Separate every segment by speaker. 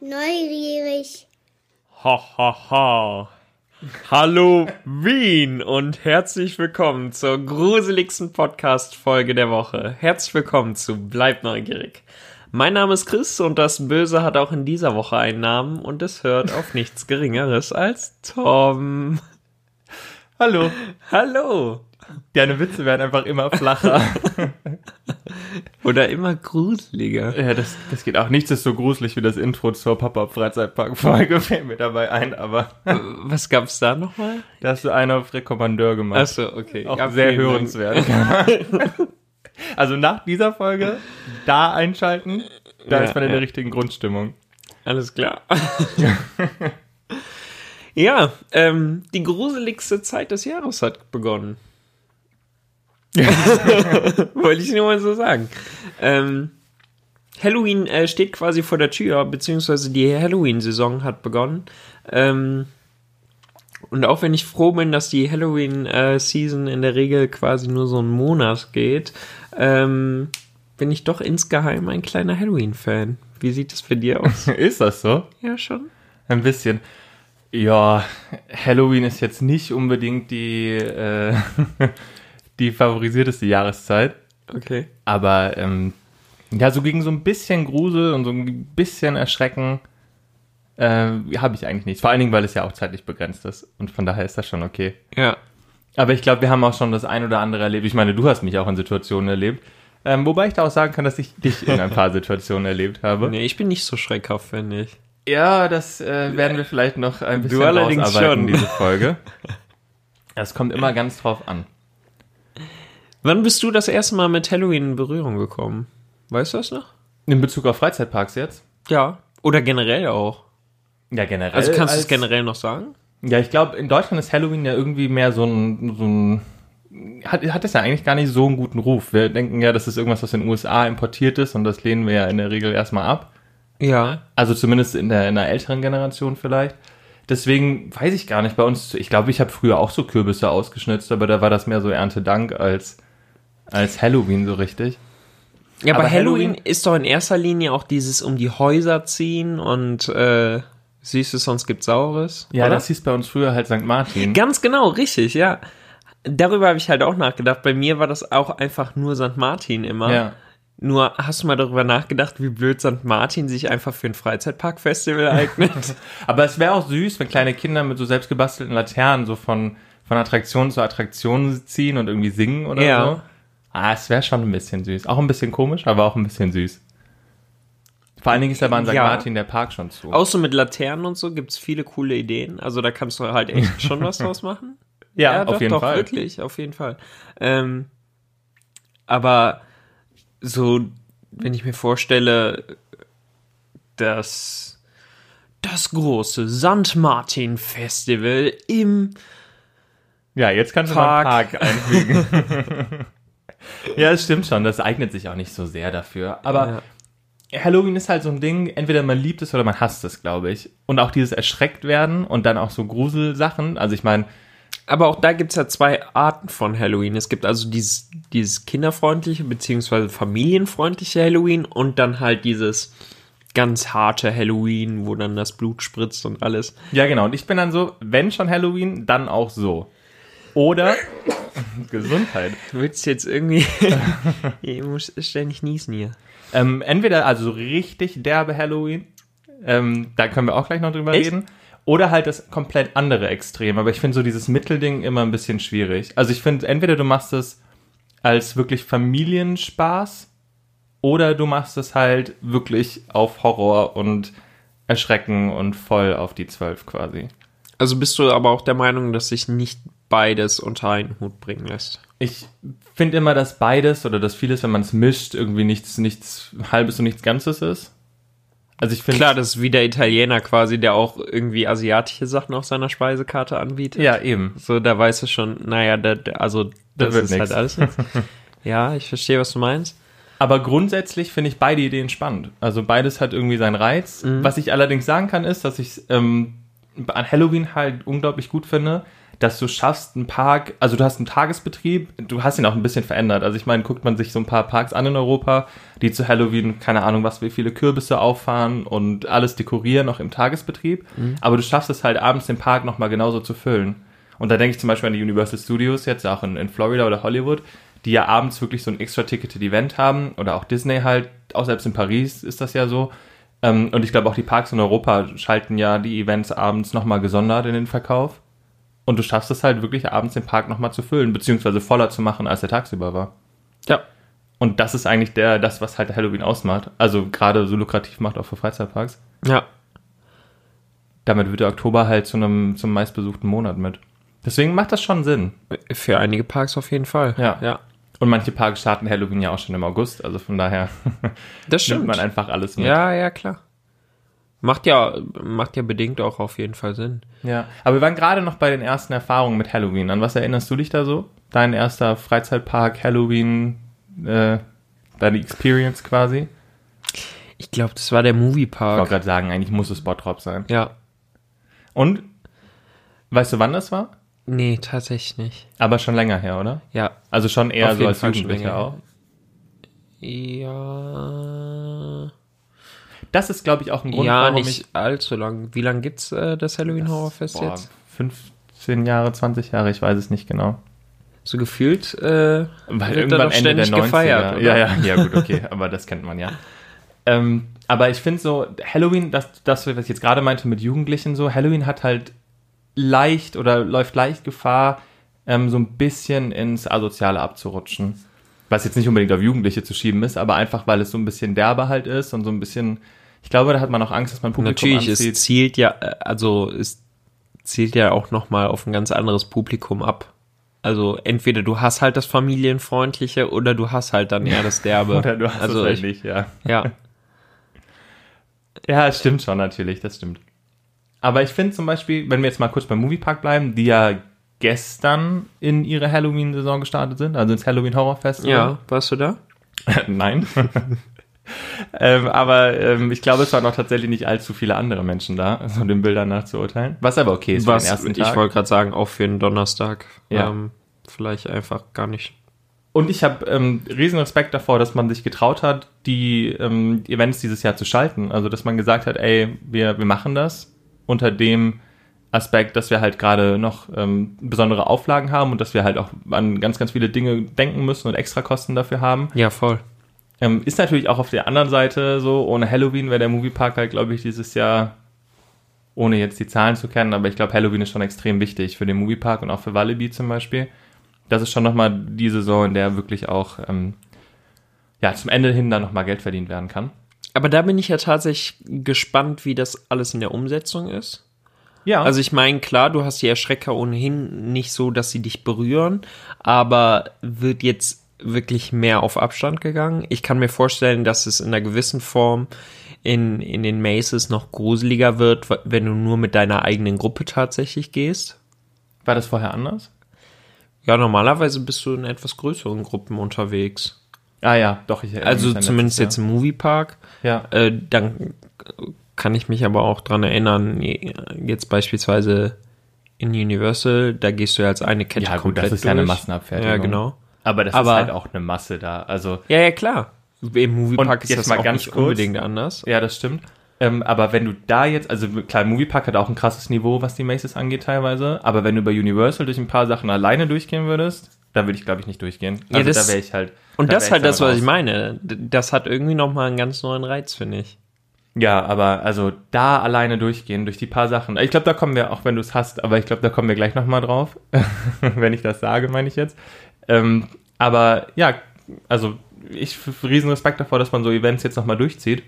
Speaker 1: neugierig.
Speaker 2: Ha ha ha. Hallo Wien und herzlich willkommen zur gruseligsten Podcast-Folge der Woche. Herzlich willkommen zu Bleib neugierig. Mein Name ist Chris und das Böse hat auch in dieser Woche einen Namen und es hört auf nichts Geringeres als Tom.
Speaker 3: Hallo.
Speaker 2: Hallo.
Speaker 3: Deine Witze werden einfach immer flacher.
Speaker 2: Oder immer gruseliger.
Speaker 3: ja, das, das geht auch. Nichts ist so gruselig wie das Intro zur Papa-Freizeitpark-Folge, fällt mir dabei ein, aber
Speaker 2: Was gab's da nochmal?
Speaker 3: da hast du einen auf Rekommandeur gemacht.
Speaker 2: Achso, okay.
Speaker 3: auch
Speaker 2: Ja,
Speaker 3: sehr
Speaker 2: vielen Dank.
Speaker 3: hörenswert. also nach dieser Folge da einschalten, da
Speaker 2: Ja,
Speaker 3: ist man in
Speaker 2: ja.
Speaker 3: der richtigen Grundstimmung.
Speaker 2: Alles klar. ja, ähm, die gruseligste Zeit des Jahres hat begonnen. Wollte ich nur mal so sagen. Ähm, Halloween äh, steht quasi vor der Tür, beziehungsweise die Halloween-Saison hat begonnen. Ähm, und auch wenn ich froh bin, dass die Halloween-Season in der Regel quasi nur so einen Monat geht, ähm, bin ich doch insgeheim ein kleiner Halloween-Fan. Wie sieht es bei dir aus?
Speaker 3: Ist das so?
Speaker 2: Ja, schon.
Speaker 3: Ein bisschen. Ja, Halloween ist jetzt nicht unbedingt die, äh, die favorisierteste Jahreszeit.
Speaker 2: Okay.
Speaker 3: Aber ähm, ja, so gegen so ein bisschen Grusel und so ein bisschen Erschrecken äh, habe ich eigentlich nichts. Vor allen Dingen, weil es ja auch zeitlich begrenzt ist. Und von daher ist das schon okay.
Speaker 2: Ja.
Speaker 3: Aber ich glaube, wir haben auch schon das ein oder andere erlebt. Ich meine, du hast mich auch in Situationen erlebt. Ähm, wobei ich da auch sagen kann, dass ich dich in ein paar Situationen erlebt habe.
Speaker 2: Nee, ich bin nicht so schreckhaft, finde ich.
Speaker 3: Ja, das äh, werden wir vielleicht noch ein bisschen
Speaker 2: allerdings
Speaker 3: rausarbeiten,
Speaker 2: schon.
Speaker 3: diese Folge. Das kommt immer ganz drauf an.
Speaker 2: Wann bist du das erste Mal mit Halloween in Berührung gekommen? Weißt du das noch?
Speaker 3: In Bezug auf Freizeitparks jetzt?
Speaker 2: Ja. Oder generell auch.
Speaker 3: Ja, generell.
Speaker 2: Also kannst du
Speaker 3: als-
Speaker 2: es generell noch sagen?
Speaker 3: Ja, ich glaube, in Deutschland ist Halloween ja irgendwie mehr so ein, so ein hat, hat es ja eigentlich gar nicht so einen guten Ruf. Wir denken ja, das ist irgendwas, was in den USA importiert ist und das lehnen wir ja in der Regel erstmal ab.
Speaker 2: Ja.
Speaker 3: Also zumindest in der, in der älteren Generation vielleicht. Deswegen weiß ich gar nicht, bei uns, ich glaube, ich habe früher auch so Kürbisse ausgeschnitzt, aber da war das mehr so Erntedank als, als Halloween so richtig.
Speaker 2: Ja, aber,
Speaker 3: Aber
Speaker 2: Halloween,
Speaker 3: Halloween-
Speaker 2: ist doch in erster Linie auch dieses um die Häuser ziehen und äh, Süßes, sonst gibt's Saures.
Speaker 3: Ja,
Speaker 2: oder?
Speaker 3: das hieß bei uns früher halt St. Martin.
Speaker 2: Ganz genau, richtig, ja. Darüber habe ich halt auch nachgedacht. Bei mir war das auch einfach nur St. Martin immer.
Speaker 3: Ja.
Speaker 2: Nur hast du mal darüber nachgedacht, wie blöd St. Martin sich einfach für ein Freizeitparkfestival eignet?
Speaker 3: Aber es wäre auch süß, wenn kleine Kinder mit so selbstgebastelten Laternen so von, von Attraktion zu Attraktion ziehen und irgendwie singen oder
Speaker 2: Ja.
Speaker 3: so. Ah, es wäre schon ein bisschen süß. Auch ein bisschen komisch, aber auch ein bisschen süß. Vor allen Dingen ist aber an St.
Speaker 2: Ja. Oh,
Speaker 3: Martin der Park schon zu.
Speaker 2: Auch so mit Laternen und so gibt es viele coole Ideen. Also da kannst du halt echt schon was draus machen.
Speaker 3: ja, auf jeden Fall.
Speaker 2: Wirklich, auf jeden Fall. Ähm, aber so, wenn ich mir vorstelle, dass das große St. Martin Festival im
Speaker 3: Ja, jetzt kannst du mal einen
Speaker 2: Park.
Speaker 3: Park einfügen. ja, es stimmt schon. Das eignet sich auch nicht so sehr dafür. Aber Halloween ist halt so ein Ding, entweder man liebt es oder man hasst es, glaube ich. Und auch dieses erschreckt werden und dann auch so Gruselsachen. Also ich meine,
Speaker 2: Aber auch da gibt es ja zwei Arten von Halloween. Es gibt also dieses, dieses kinderfreundliche bzw. familienfreundliche Halloween und dann halt dieses ganz harte Halloween, wo dann das Blut spritzt und alles.
Speaker 3: Ja, genau. Und ich bin dann so, wenn schon Halloween, dann auch so. Oder Gesundheit.
Speaker 2: Du willst jetzt irgendwie. ich muss ständig niesen hier.
Speaker 3: Ähm, entweder also so richtig derbe Halloween, ähm, da können wir auch gleich noch drüber
Speaker 2: Echt?
Speaker 3: reden. Oder halt das komplett andere Extrem. Aber ich finde so dieses Mittelding immer ein bisschen schwierig. Also ich finde, entweder du machst es als wirklich Familienspaß oder du machst es halt wirklich auf Horror und Erschrecken und voll auf die Zwölf quasi.
Speaker 2: Also bist du aber auch der Meinung, dass sich nicht beides unter einen Hut bringen lässt.
Speaker 3: ich finde immer, dass beides oder dass vieles, wenn man es mischt, irgendwie nichts, nichts Halbes und nichts Ganzes ist. Also ich finde.
Speaker 2: Klar, das ist wie der Italiener quasi, der auch irgendwie asiatische Sachen auf seiner Speisekarte anbietet.
Speaker 3: Ja, eben.
Speaker 2: So, da weißt du schon, naja, da, da, also das
Speaker 3: wird
Speaker 2: ist
Speaker 3: nix.
Speaker 2: halt alles nix. Ja, ich verstehe, was du meinst.
Speaker 3: Aber grundsätzlich finde ich beide Ideen spannend. Also beides hat irgendwie seinen Reiz. Was ich allerdings sagen kann, ist, dass ich ähm, an Halloween halt unglaublich gut finde, dass du schaffst, einen Park, also du hast einen Tagesbetrieb, du hast ihn auch ein bisschen verändert. Also ich meine, guckt man sich so ein paar Parks an in Europa, die zu Halloween, keine Ahnung was, wie viele Kürbisse auffahren und alles dekorieren, auch im Tagesbetrieb. Aber du schaffst es halt abends den Park nochmal genauso zu füllen. Und da denke ich zum Beispiel an die Universal Studios, jetzt auch in, in Florida oder Hollywood, die ja abends wirklich so ein extra ticketed Event haben oder auch Disney halt, auch selbst in Paris ist das ja so. Ähm, und ich glaube auch die Parks in Europa schalten ja die Events abends nochmal gesondert in den Verkauf. Und du schaffst es halt wirklich abends den Park nochmal zu füllen, beziehungsweise voller zu machen, als er tagsüber war.
Speaker 2: Ja.
Speaker 3: Und das ist eigentlich der, das, was halt Halloween ausmacht. Also gerade so lukrativ macht auch für Freizeitparks.
Speaker 2: Ja.
Speaker 3: Damit wird der Oktober halt zu einem, zum meistbesuchten Monat mit. Deswegen macht das schon Sinn.
Speaker 2: Für einige Parks auf jeden Fall.
Speaker 3: Ja.
Speaker 2: Ja.
Speaker 3: Und manche Parks starten Halloween ja auch schon im August, also von daher
Speaker 2: Das
Speaker 3: nimmt
Speaker 2: stimmt.
Speaker 3: man einfach alles mit.
Speaker 2: Ja, ja, klar. Macht ja, macht ja bedingt auch auf jeden Fall Sinn.
Speaker 3: Ja, aber wir waren gerade noch bei den ersten Erfahrungen mit Halloween. An was erinnerst du dich da so? Dein erster Freizeitpark, Halloween, äh, deine Experience quasi? Ich
Speaker 2: Ich glaube, das war der
Speaker 3: wollte
Speaker 2: Moviepark.
Speaker 3: gerade sagen, eigentlich muss es Bottrop sein.
Speaker 2: Ja.
Speaker 3: Und weißt du, wann das war?
Speaker 2: Nee, tatsächlich nicht.
Speaker 3: Aber schon länger her, oder?
Speaker 2: Ja.
Speaker 3: Also schon eher
Speaker 2: Auf
Speaker 3: so
Speaker 2: jeden
Speaker 3: als
Speaker 2: Fall schon
Speaker 3: Jugendlicher
Speaker 2: länger
Speaker 3: auch.
Speaker 2: Ja.
Speaker 3: Das ist, glaube ich, auch ein Grund,
Speaker 2: ja,
Speaker 3: warum
Speaker 2: nicht
Speaker 3: ich
Speaker 2: allzu lang. Wie lange gibt's äh, das Halloween Horror Fest
Speaker 3: boah,
Speaker 2: jetzt?
Speaker 3: 15 Jahre, 20 Jahre, ich weiß es nicht genau.
Speaker 2: So gefühlt äh,
Speaker 3: Weil
Speaker 2: wird da
Speaker 3: irgendwann
Speaker 2: doch
Speaker 3: Ende der
Speaker 2: ständig
Speaker 3: 90er.
Speaker 2: gefeiert. Oder?
Speaker 3: ja, ja, ja, gut, okay, aber das kennt man ja. Ähm, aber ich finde so, Halloween, das, das, was ich jetzt gerade meinte mit Jugendlichen so, Halloween hat halt leicht oder läuft leicht Gefahr, ähm, so ein bisschen ins Asoziale abzurutschen. Was jetzt nicht unbedingt auf Jugendliche zu schieben ist, aber einfach, weil es so ein bisschen derbe halt ist und so ein bisschen, ich glaube, da hat man auch Angst, dass man Publikum
Speaker 2: Natürlich,
Speaker 3: anzieht.
Speaker 2: es zielt ja, äh, also es zielt ja auch nochmal auf ein ganz anderes Publikum ab. Also entweder du hast halt das familienfreundliche oder du hast halt dann eher das derbe.
Speaker 3: oder du hast
Speaker 2: also
Speaker 3: es halt
Speaker 2: ich-
Speaker 3: nicht, ja.
Speaker 2: Ja,
Speaker 3: Ja, es stimmt schon, natürlich, das stimmt. Aber ich finde zum Beispiel, wenn wir jetzt mal kurz beim Moviepark bleiben, die ja gestern in ihre Halloween-Saison gestartet sind, also ins Halloween Horrorfest.
Speaker 2: ja, warst du da?
Speaker 3: Nein. ähm, aber ähm, ich glaube, es waren auch tatsächlich nicht allzu viele andere Menschen da, so den Bildern nachzuurteilen. Was aber okay ist für den ersten Tag.
Speaker 2: ich wollte gerade sagen, auch für einen Donnerstag.
Speaker 3: Ja.
Speaker 2: Ähm, vielleicht einfach gar nicht.
Speaker 3: Und ich habe ähm, riesen Respekt davor, dass man sich getraut hat, die ähm, Events dieses Jahr zu schalten. Also, dass man gesagt hat, ey, wir, wir machen das unter dem Aspekt, dass wir halt gerade noch ähm, besondere Auflagen haben und dass wir halt auch an ganz, ganz viele Dinge denken müssen und extra Kosten dafür haben.
Speaker 2: Ja, voll.
Speaker 3: Ähm, ist natürlich auch auf der anderen Seite so, ohne Halloween wäre der Moviepark halt, glaube ich, dieses Jahr, ohne jetzt die Zahlen zu kennen, aber ich glaube, Halloween ist schon extrem wichtig für den Moviepark und auch für Walibi zum Beispiel. Das ist schon nochmal die Saison, in der wirklich auch ähm, ja, zum Ende hin dann nochmal Geld verdient werden kann.
Speaker 2: Aber da bin ich ja tatsächlich gespannt, wie das alles in der Umsetzung ist.
Speaker 3: Ja, also
Speaker 2: Also ich meine, klar, du hast die Erschrecker ohnehin nicht so, dass sie dich berühren, aber wird jetzt wirklich mehr auf Abstand gegangen? Ich kann mir vorstellen, dass es in einer gewissen Form in, in den Maces noch gruseliger wird, w- wenn du nur mit deiner eigenen Gruppe tatsächlich gehst.
Speaker 3: war das vorher anders?
Speaker 2: Ja, normalerweise bist du in etwas größeren Gruppen unterwegs.
Speaker 3: Ah ja, doch, ich erinnere
Speaker 2: Also
Speaker 3: mich an
Speaker 2: zumindest jetzt
Speaker 3: letztes
Speaker 2: im Moviepark.
Speaker 3: Jahr. Ja.
Speaker 2: Äh, dann kann ich mich aber auch dran erinnern, jetzt beispielsweise in Universal, da gehst du ja als eine Kette
Speaker 3: Ja, gut,
Speaker 2: komplett
Speaker 3: das ist
Speaker 2: durch.
Speaker 3: ja eine Massenabfertigung.
Speaker 2: Ja, genau.
Speaker 3: Aber das
Speaker 2: Aber-
Speaker 3: ist halt auch eine Masse da. Also
Speaker 2: Ja, ja, klar. Im Moviepark
Speaker 3: Und
Speaker 2: ist
Speaker 3: jetzt
Speaker 2: das
Speaker 3: mal
Speaker 2: auch
Speaker 3: ganz
Speaker 2: nicht
Speaker 3: kurz.
Speaker 2: unbedingt anders.
Speaker 3: Ja, das stimmt. Ähm, aber wenn du da jetzt, also klar, Moviepark hat auch ein krasses Niveau, was die Maces angeht teilweise, aber wenn du bei Universal durch ein paar Sachen alleine durchgehen würdest, dann würde ich, glaube ich, nicht durchgehen.
Speaker 2: Ja,
Speaker 3: Also
Speaker 2: das-
Speaker 3: da wäre ich halt.
Speaker 2: Und
Speaker 3: da
Speaker 2: das
Speaker 3: wär
Speaker 2: ist halt
Speaker 3: dann
Speaker 2: das, was ich
Speaker 3: raus.
Speaker 2: meine. D- Das hat irgendwie nochmal einen ganz neuen Reiz, finde ich.
Speaker 3: Ja, aber also da alleine durchgehen, durch die paar Sachen. Ich glaube, da kommen wir, auch wenn du es hast, aber ich glaube, da kommen wir gleich nochmal drauf. wenn ich das sage, meine ich jetzt. Ähm, aber ja, also ich f- riesen Respekt davor, dass man so Events jetzt nochmal durchzieht.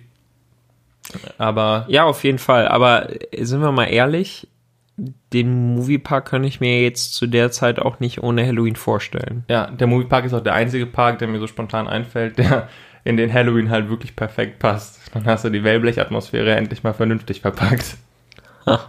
Speaker 3: Aber
Speaker 2: Ja, auf jeden Fall. Aber äh, sind wir mal ehrlich, den Moviepark kann ich mir jetzt zu der Zeit auch nicht ohne Halloween vorstellen.
Speaker 3: Ja, der Moviepark ist auch der einzige Park, der mir so spontan einfällt, der in den Halloween halt wirklich perfekt passt. Dann hast du die Wellblechatmosphäre endlich mal vernünftig verpackt.
Speaker 2: Ha.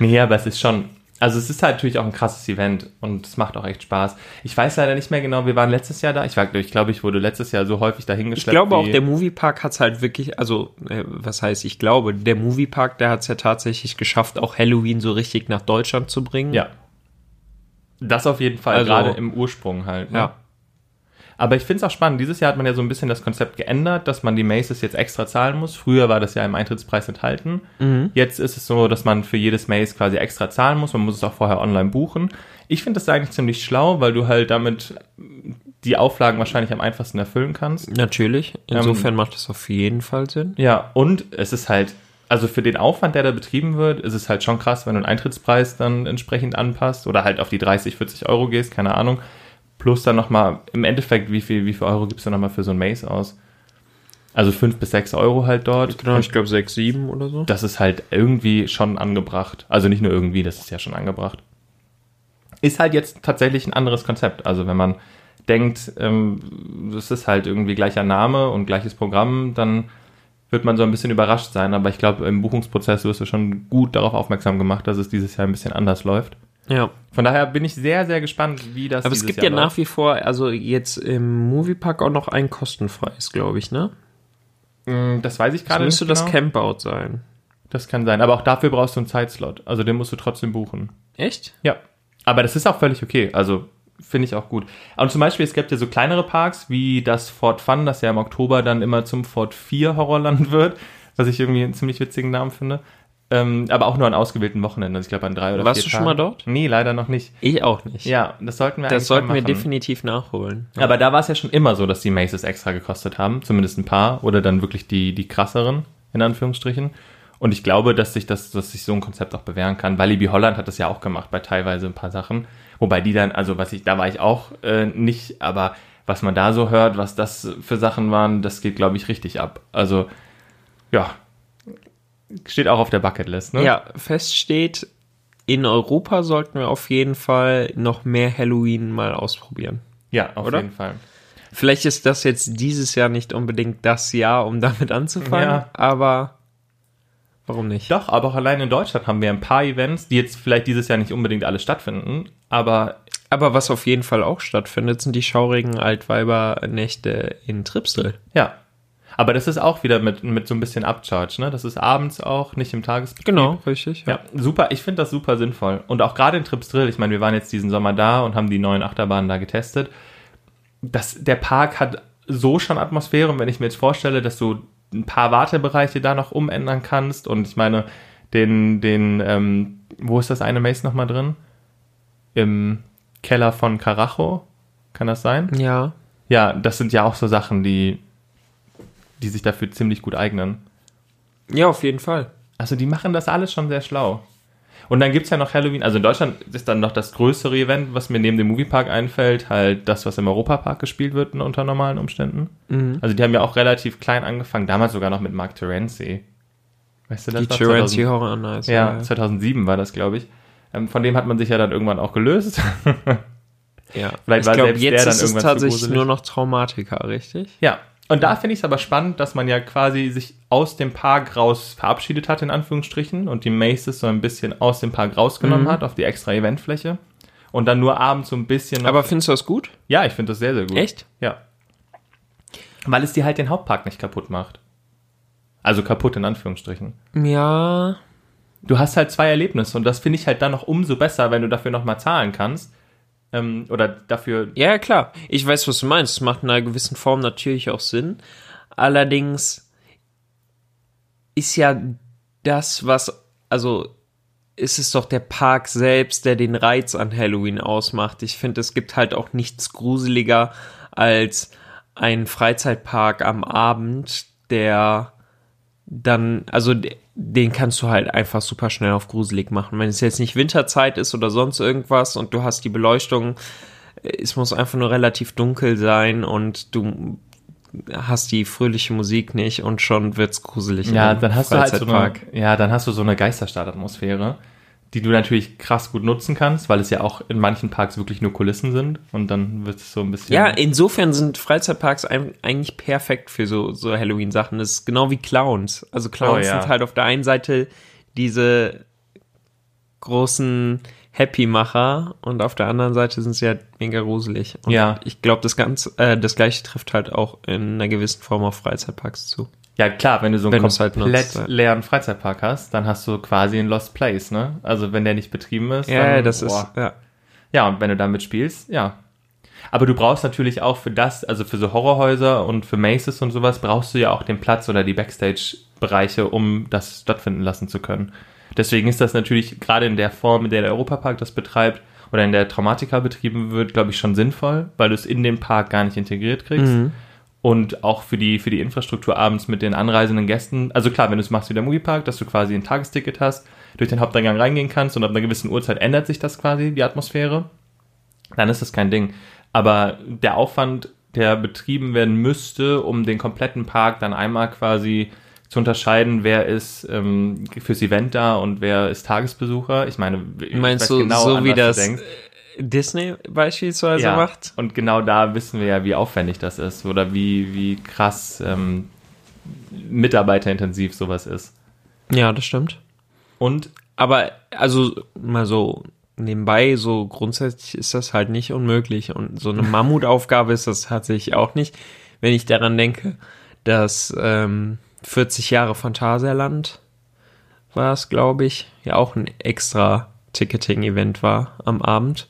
Speaker 3: Nee, aber es ist schon. Also es ist halt natürlich auch ein krasses Event und es macht auch echt Spaß. Ich weiß leider nicht mehr genau, wir waren letztes Jahr da. Ich, war, ich glaube, ich wurde letztes Jahr so häufig
Speaker 2: Ich
Speaker 3: dahingeschleppt.
Speaker 2: glaube auch,
Speaker 3: wie-
Speaker 2: der Moviepark hat es halt wirklich, also, äh, was heißt, ich glaube, der Moviepark, der hat es ja tatsächlich geschafft, auch Halloween so richtig nach Deutschland zu bringen.
Speaker 3: Ja. Das auf jeden Fall,
Speaker 2: Also-
Speaker 3: gerade im Ursprung halt. Ne?
Speaker 2: Ja.
Speaker 3: Aber ich finde es auch spannend. Dieses Jahr hat man ja so ein bisschen das Konzept geändert, dass man die Maces jetzt extra zahlen muss. Früher war das ja im Eintrittspreis enthalten. Jetzt ist es so, dass man für jedes Maze quasi extra zahlen muss. Man muss es auch vorher online buchen. Ich finde das eigentlich ziemlich schlau, weil du halt damit die Auflagen wahrscheinlich am einfachsten erfüllen kannst.
Speaker 2: Natürlich. Insofern macht das auf jeden Fall Sinn.
Speaker 3: Ja, und es ist halt, also für den Aufwand, der da betrieben wird, ist es halt schon krass, wenn du einen Eintrittspreis dann entsprechend anpasst oder halt auf die 30, 40 Euro gehst, keine Ahnung. Plus dann nochmal, im Endeffekt, wie viel, wie viel Euro gibst du nochmal für so ein Maze aus? Also 5 bis 6 Euro halt dort.
Speaker 2: Genau, ich glaube 6, 7 oder so.
Speaker 3: Das ist halt irgendwie schon angebracht. Also nicht nur irgendwie, das ist ja schon angebracht. Ist halt jetzt tatsächlich ein anderes Konzept. Also wenn man denkt, ähm, es ist halt irgendwie gleicher Name und gleiches Programm, dann wird man so ein bisschen überrascht sein. Aber ich glaube, im Buchungsprozess wirst du schon gut darauf aufmerksam gemacht, dass es dieses Jahr ein bisschen anders läuft.
Speaker 2: Ja.
Speaker 3: Von daher bin ich sehr, sehr gespannt, wie das
Speaker 2: Aber es
Speaker 3: dieses
Speaker 2: gibt ja
Speaker 3: Jahr läuft.
Speaker 2: nach wie vor, also jetzt im Moviepark auch noch ein kostenfreies, glaube ich, ne?
Speaker 3: Mm, Das weiß ich
Speaker 2: Das
Speaker 3: gerade
Speaker 2: müsste
Speaker 3: nicht
Speaker 2: das
Speaker 3: genau.
Speaker 2: Campout sein.
Speaker 3: das kann sein. Aber auch dafür brauchst du einen Zeitslot. Also den musst du trotzdem buchen.
Speaker 2: Echt?
Speaker 3: Ja, aber das ist auch völlig okay. Also finde ich auch gut. Und zum Beispiel, es gibt ja so kleinere Parks wie das Fort Fun, das ja im Oktober dann immer zum Fort 4 Horrorland wird, was ich irgendwie einen ziemlich witzigen Namen finde. Ähm, aber auch nur an ausgewählten Wochenenden. Also ich glaube an drei oder
Speaker 2: Warst
Speaker 3: vier
Speaker 2: du schon mal
Speaker 3: Tagen.
Speaker 2: dort?
Speaker 3: Nee, leider noch nicht.
Speaker 2: Ich auch nicht.
Speaker 3: Ja, das sollten wir
Speaker 2: Das
Speaker 3: eigentlich mal
Speaker 2: sollten wir
Speaker 3: machen.
Speaker 2: definitiv nachholen.
Speaker 3: Aber da war es ja schon immer so, dass die Maces extra gekostet haben, zumindest ein paar oder dann wirklich die, die krasseren, in Anführungsstrichen. Und ich glaube, dass sich, das, dass sich so ein Konzept auch bewähren kann. Walibi Holland hat das ja auch gemacht bei teilweise ein paar Sachen. Wobei die dann, also was ich, da war ich auch äh, nicht, aber was man da so hört, was das für Sachen waren, das geht, glaube ich, richtig ab. Also, ja. Steht auch auf der Bucketlist, ne?
Speaker 2: Ja, fest steht, in Europa sollten wir auf jeden Fall noch mehr Halloween mal ausprobieren.
Speaker 3: Ja, auf
Speaker 2: Oder?
Speaker 3: jeden Fall.
Speaker 2: Vielleicht ist das jetzt dieses Jahr nicht unbedingt das Jahr, um damit anzufangen,
Speaker 3: Ja.
Speaker 2: aber warum nicht?
Speaker 3: Doch, aber auch allein in Deutschland haben wir ein paar Events, die jetzt vielleicht dieses Jahr nicht unbedingt alle stattfinden, aber
Speaker 2: Aber was auf jeden Fall auch stattfindet, sind die schaurigen Altweiber-Nächte in Tripsel.
Speaker 3: Ja. Aber das ist auch wieder mit, mit so ein bisschen Upcharge, ne? Das ist abends auch, nicht im Tagesbetrieb.
Speaker 2: Genau, richtig.
Speaker 3: Ja, super. Ich finde das super sinnvoll. Und auch gerade in Trips Drill, ich meine, wir waren jetzt diesen Sommer da und haben die neuen Achterbahnen da getestet. Das, der Park hat so schon Atmosphäre und wenn ich mir jetzt vorstelle, dass du ein paar Wartebereiche da noch umändern kannst und ich meine, den, den, ähm, wo ist das eine Maze nochmal drin? Im Keller von Carajo? Kann das sein?
Speaker 2: Ja.
Speaker 3: ja, das sind ja auch so Sachen, die, die sich dafür ziemlich gut eignen.
Speaker 2: Ja, auf jeden Fall.
Speaker 3: Also die machen das alles schon sehr schlau. Und dann gibt's ja noch Halloween. Also in Deutschland ist dann noch das größere Event, was mir neben dem Moviepark einfällt, halt das, was im Europapark gespielt wird ne, unter normalen Umständen. Also die haben ja auch relativ klein angefangen, damals sogar noch mit Mark Terenzi. Weißt du, das
Speaker 2: Die
Speaker 3: war
Speaker 2: Tyrancy Horror Nights.
Speaker 3: ja, 2007 war das, glaube ich. Ähm, von dem hat man sich ja dann irgendwann auch gelöst.
Speaker 2: ja.
Speaker 3: Vielleicht
Speaker 2: ich
Speaker 3: war
Speaker 2: glaube,
Speaker 3: selbst der
Speaker 2: jetzt
Speaker 3: dann
Speaker 2: ist es
Speaker 3: irgendwann zu
Speaker 2: tatsächlich
Speaker 3: gruselig.
Speaker 2: nur noch Traumatiker, richtig?
Speaker 3: Ja, und da finde ich es aber spannend, dass man ja quasi sich aus dem Park raus verabschiedet hat, in Anführungsstrichen, und die Maces so ein bisschen aus dem Park
Speaker 2: Mhm.
Speaker 3: rausgenommen hat, auf die extra Eventfläche. Und dann nur abends so ein bisschen. Noch,
Speaker 2: Aber findest du das gut?
Speaker 3: ja, ich finde das sehr, sehr gut.
Speaker 2: Echt?
Speaker 3: Ja. Weil es dir halt den Hauptpark nicht kaputt macht. Also kaputt in Anführungsstrichen.
Speaker 2: Ja.
Speaker 3: Du hast halt zwei Erlebnisse und das finde ich halt dann noch umso besser, wenn du dafür nochmal zahlen kannst. Ähm, oder dafür
Speaker 2: Ja, ja, klar. Ich weiß, was du meinst. Es macht in einer gewissen Form natürlich auch Sinn. Allerdings ist ja das, was, also ist es doch der Park selbst, der den Reiz an Halloween ausmacht. Ich finde, es gibt halt auch nichts gruseliger als ein Freizeitpark am Abend, der dann, also de- den kannst du halt einfach super schnell auf gruselig machen. Wenn es jetzt nicht Winterzeit ist oder sonst irgendwas und du hast die Beleuchtung, äh, es muss einfach nur relativ dunkel sein und du hast die fröhliche Musik nicht und schon wird's gruselig. in
Speaker 3: Ja,
Speaker 2: einem
Speaker 3: dann hast du halt so eine,
Speaker 2: Freizeitpark.
Speaker 3: ja, dann hast du so eine Geisterstadtatmosphäre, die du natürlich krass gut nutzen kannst, weil es ja auch in manchen Parks wirklich nur Kulissen sind und dann wird es so ein bisschen.
Speaker 2: Ja, insofern sind Freizeitparks ein- eigentlich perfekt für so, so Halloween-Sachen. Das ist genau wie Clowns. Also Clowns
Speaker 3: Oh, ja.
Speaker 2: sind halt auf der einen Seite diese großen Happy-Macher und auf der anderen Seite sind sie halt mega gruselig. Und
Speaker 3: Ja.
Speaker 2: ich glaube, das ganz, äh, das gleiche trifft halt auch in einer gewissen Form auf Freizeitparks zu.
Speaker 3: ja klar, wenn du so einen
Speaker 2: Wenn du's halt
Speaker 3: komplett
Speaker 2: nutzt, ja.
Speaker 3: leeren Freizeitpark hast, dann hast du quasi einen Lost Place, ne? Also wenn der nicht betrieben ist,
Speaker 2: Ja,
Speaker 3: dann,
Speaker 2: das ist,
Speaker 3: boah.
Speaker 2: ja.
Speaker 3: Ja, und wenn du damit spielst, ja. Aber du brauchst natürlich auch für das, also für so Horrorhäuser und für Maces und sowas, brauchst du ja auch den Platz oder die Backstage-Bereiche, um das stattfinden lassen zu können. Deswegen ist das natürlich gerade in der Form, in der der Europapark das betreibt oder in der Traumatika betrieben wird, glaube ich, schon sinnvoll, weil du es in den Park gar nicht integriert kriegst. Und auch für die, für die Infrastruktur abends mit den anreisenden Gästen. Also klar, wenn du es machst wie der Moviepark, dass du quasi ein Tagesticket hast, durch den Haupteingang reingehen kannst und ab einer gewissen Uhrzeit ändert sich das quasi, die Atmosphäre, dann ist das kein Ding. Aber der Aufwand, der betrieben werden müsste, um den kompletten Park dann einmal quasi zu unterscheiden, wer ist ähm, fürs Event da und wer ist Tagesbesucher. Ich meine, ich
Speaker 2: Meinst
Speaker 3: weiß genau,
Speaker 2: du, so
Speaker 3: an
Speaker 2: wie
Speaker 3: was du
Speaker 2: das
Speaker 3: denkst.
Speaker 2: Disney beispielsweise
Speaker 3: Ja,
Speaker 2: macht?
Speaker 3: Und genau da wissen wir ja, wie aufwendig das ist oder wie, wie krass ähm, mitarbeiterintensiv sowas ist.
Speaker 2: Ja, das stimmt.
Speaker 3: Und
Speaker 2: Aber, also, mal so nebenbei, so grundsätzlich ist das halt nicht unmöglich. Und so eine Mammutaufgabe ist das tatsächlich auch nicht, wenn ich daran denke, dass ähm, 40 Jahre Phantasialand war es, glaube ich, ja auch ein extra Ticketing-Event war am Abend.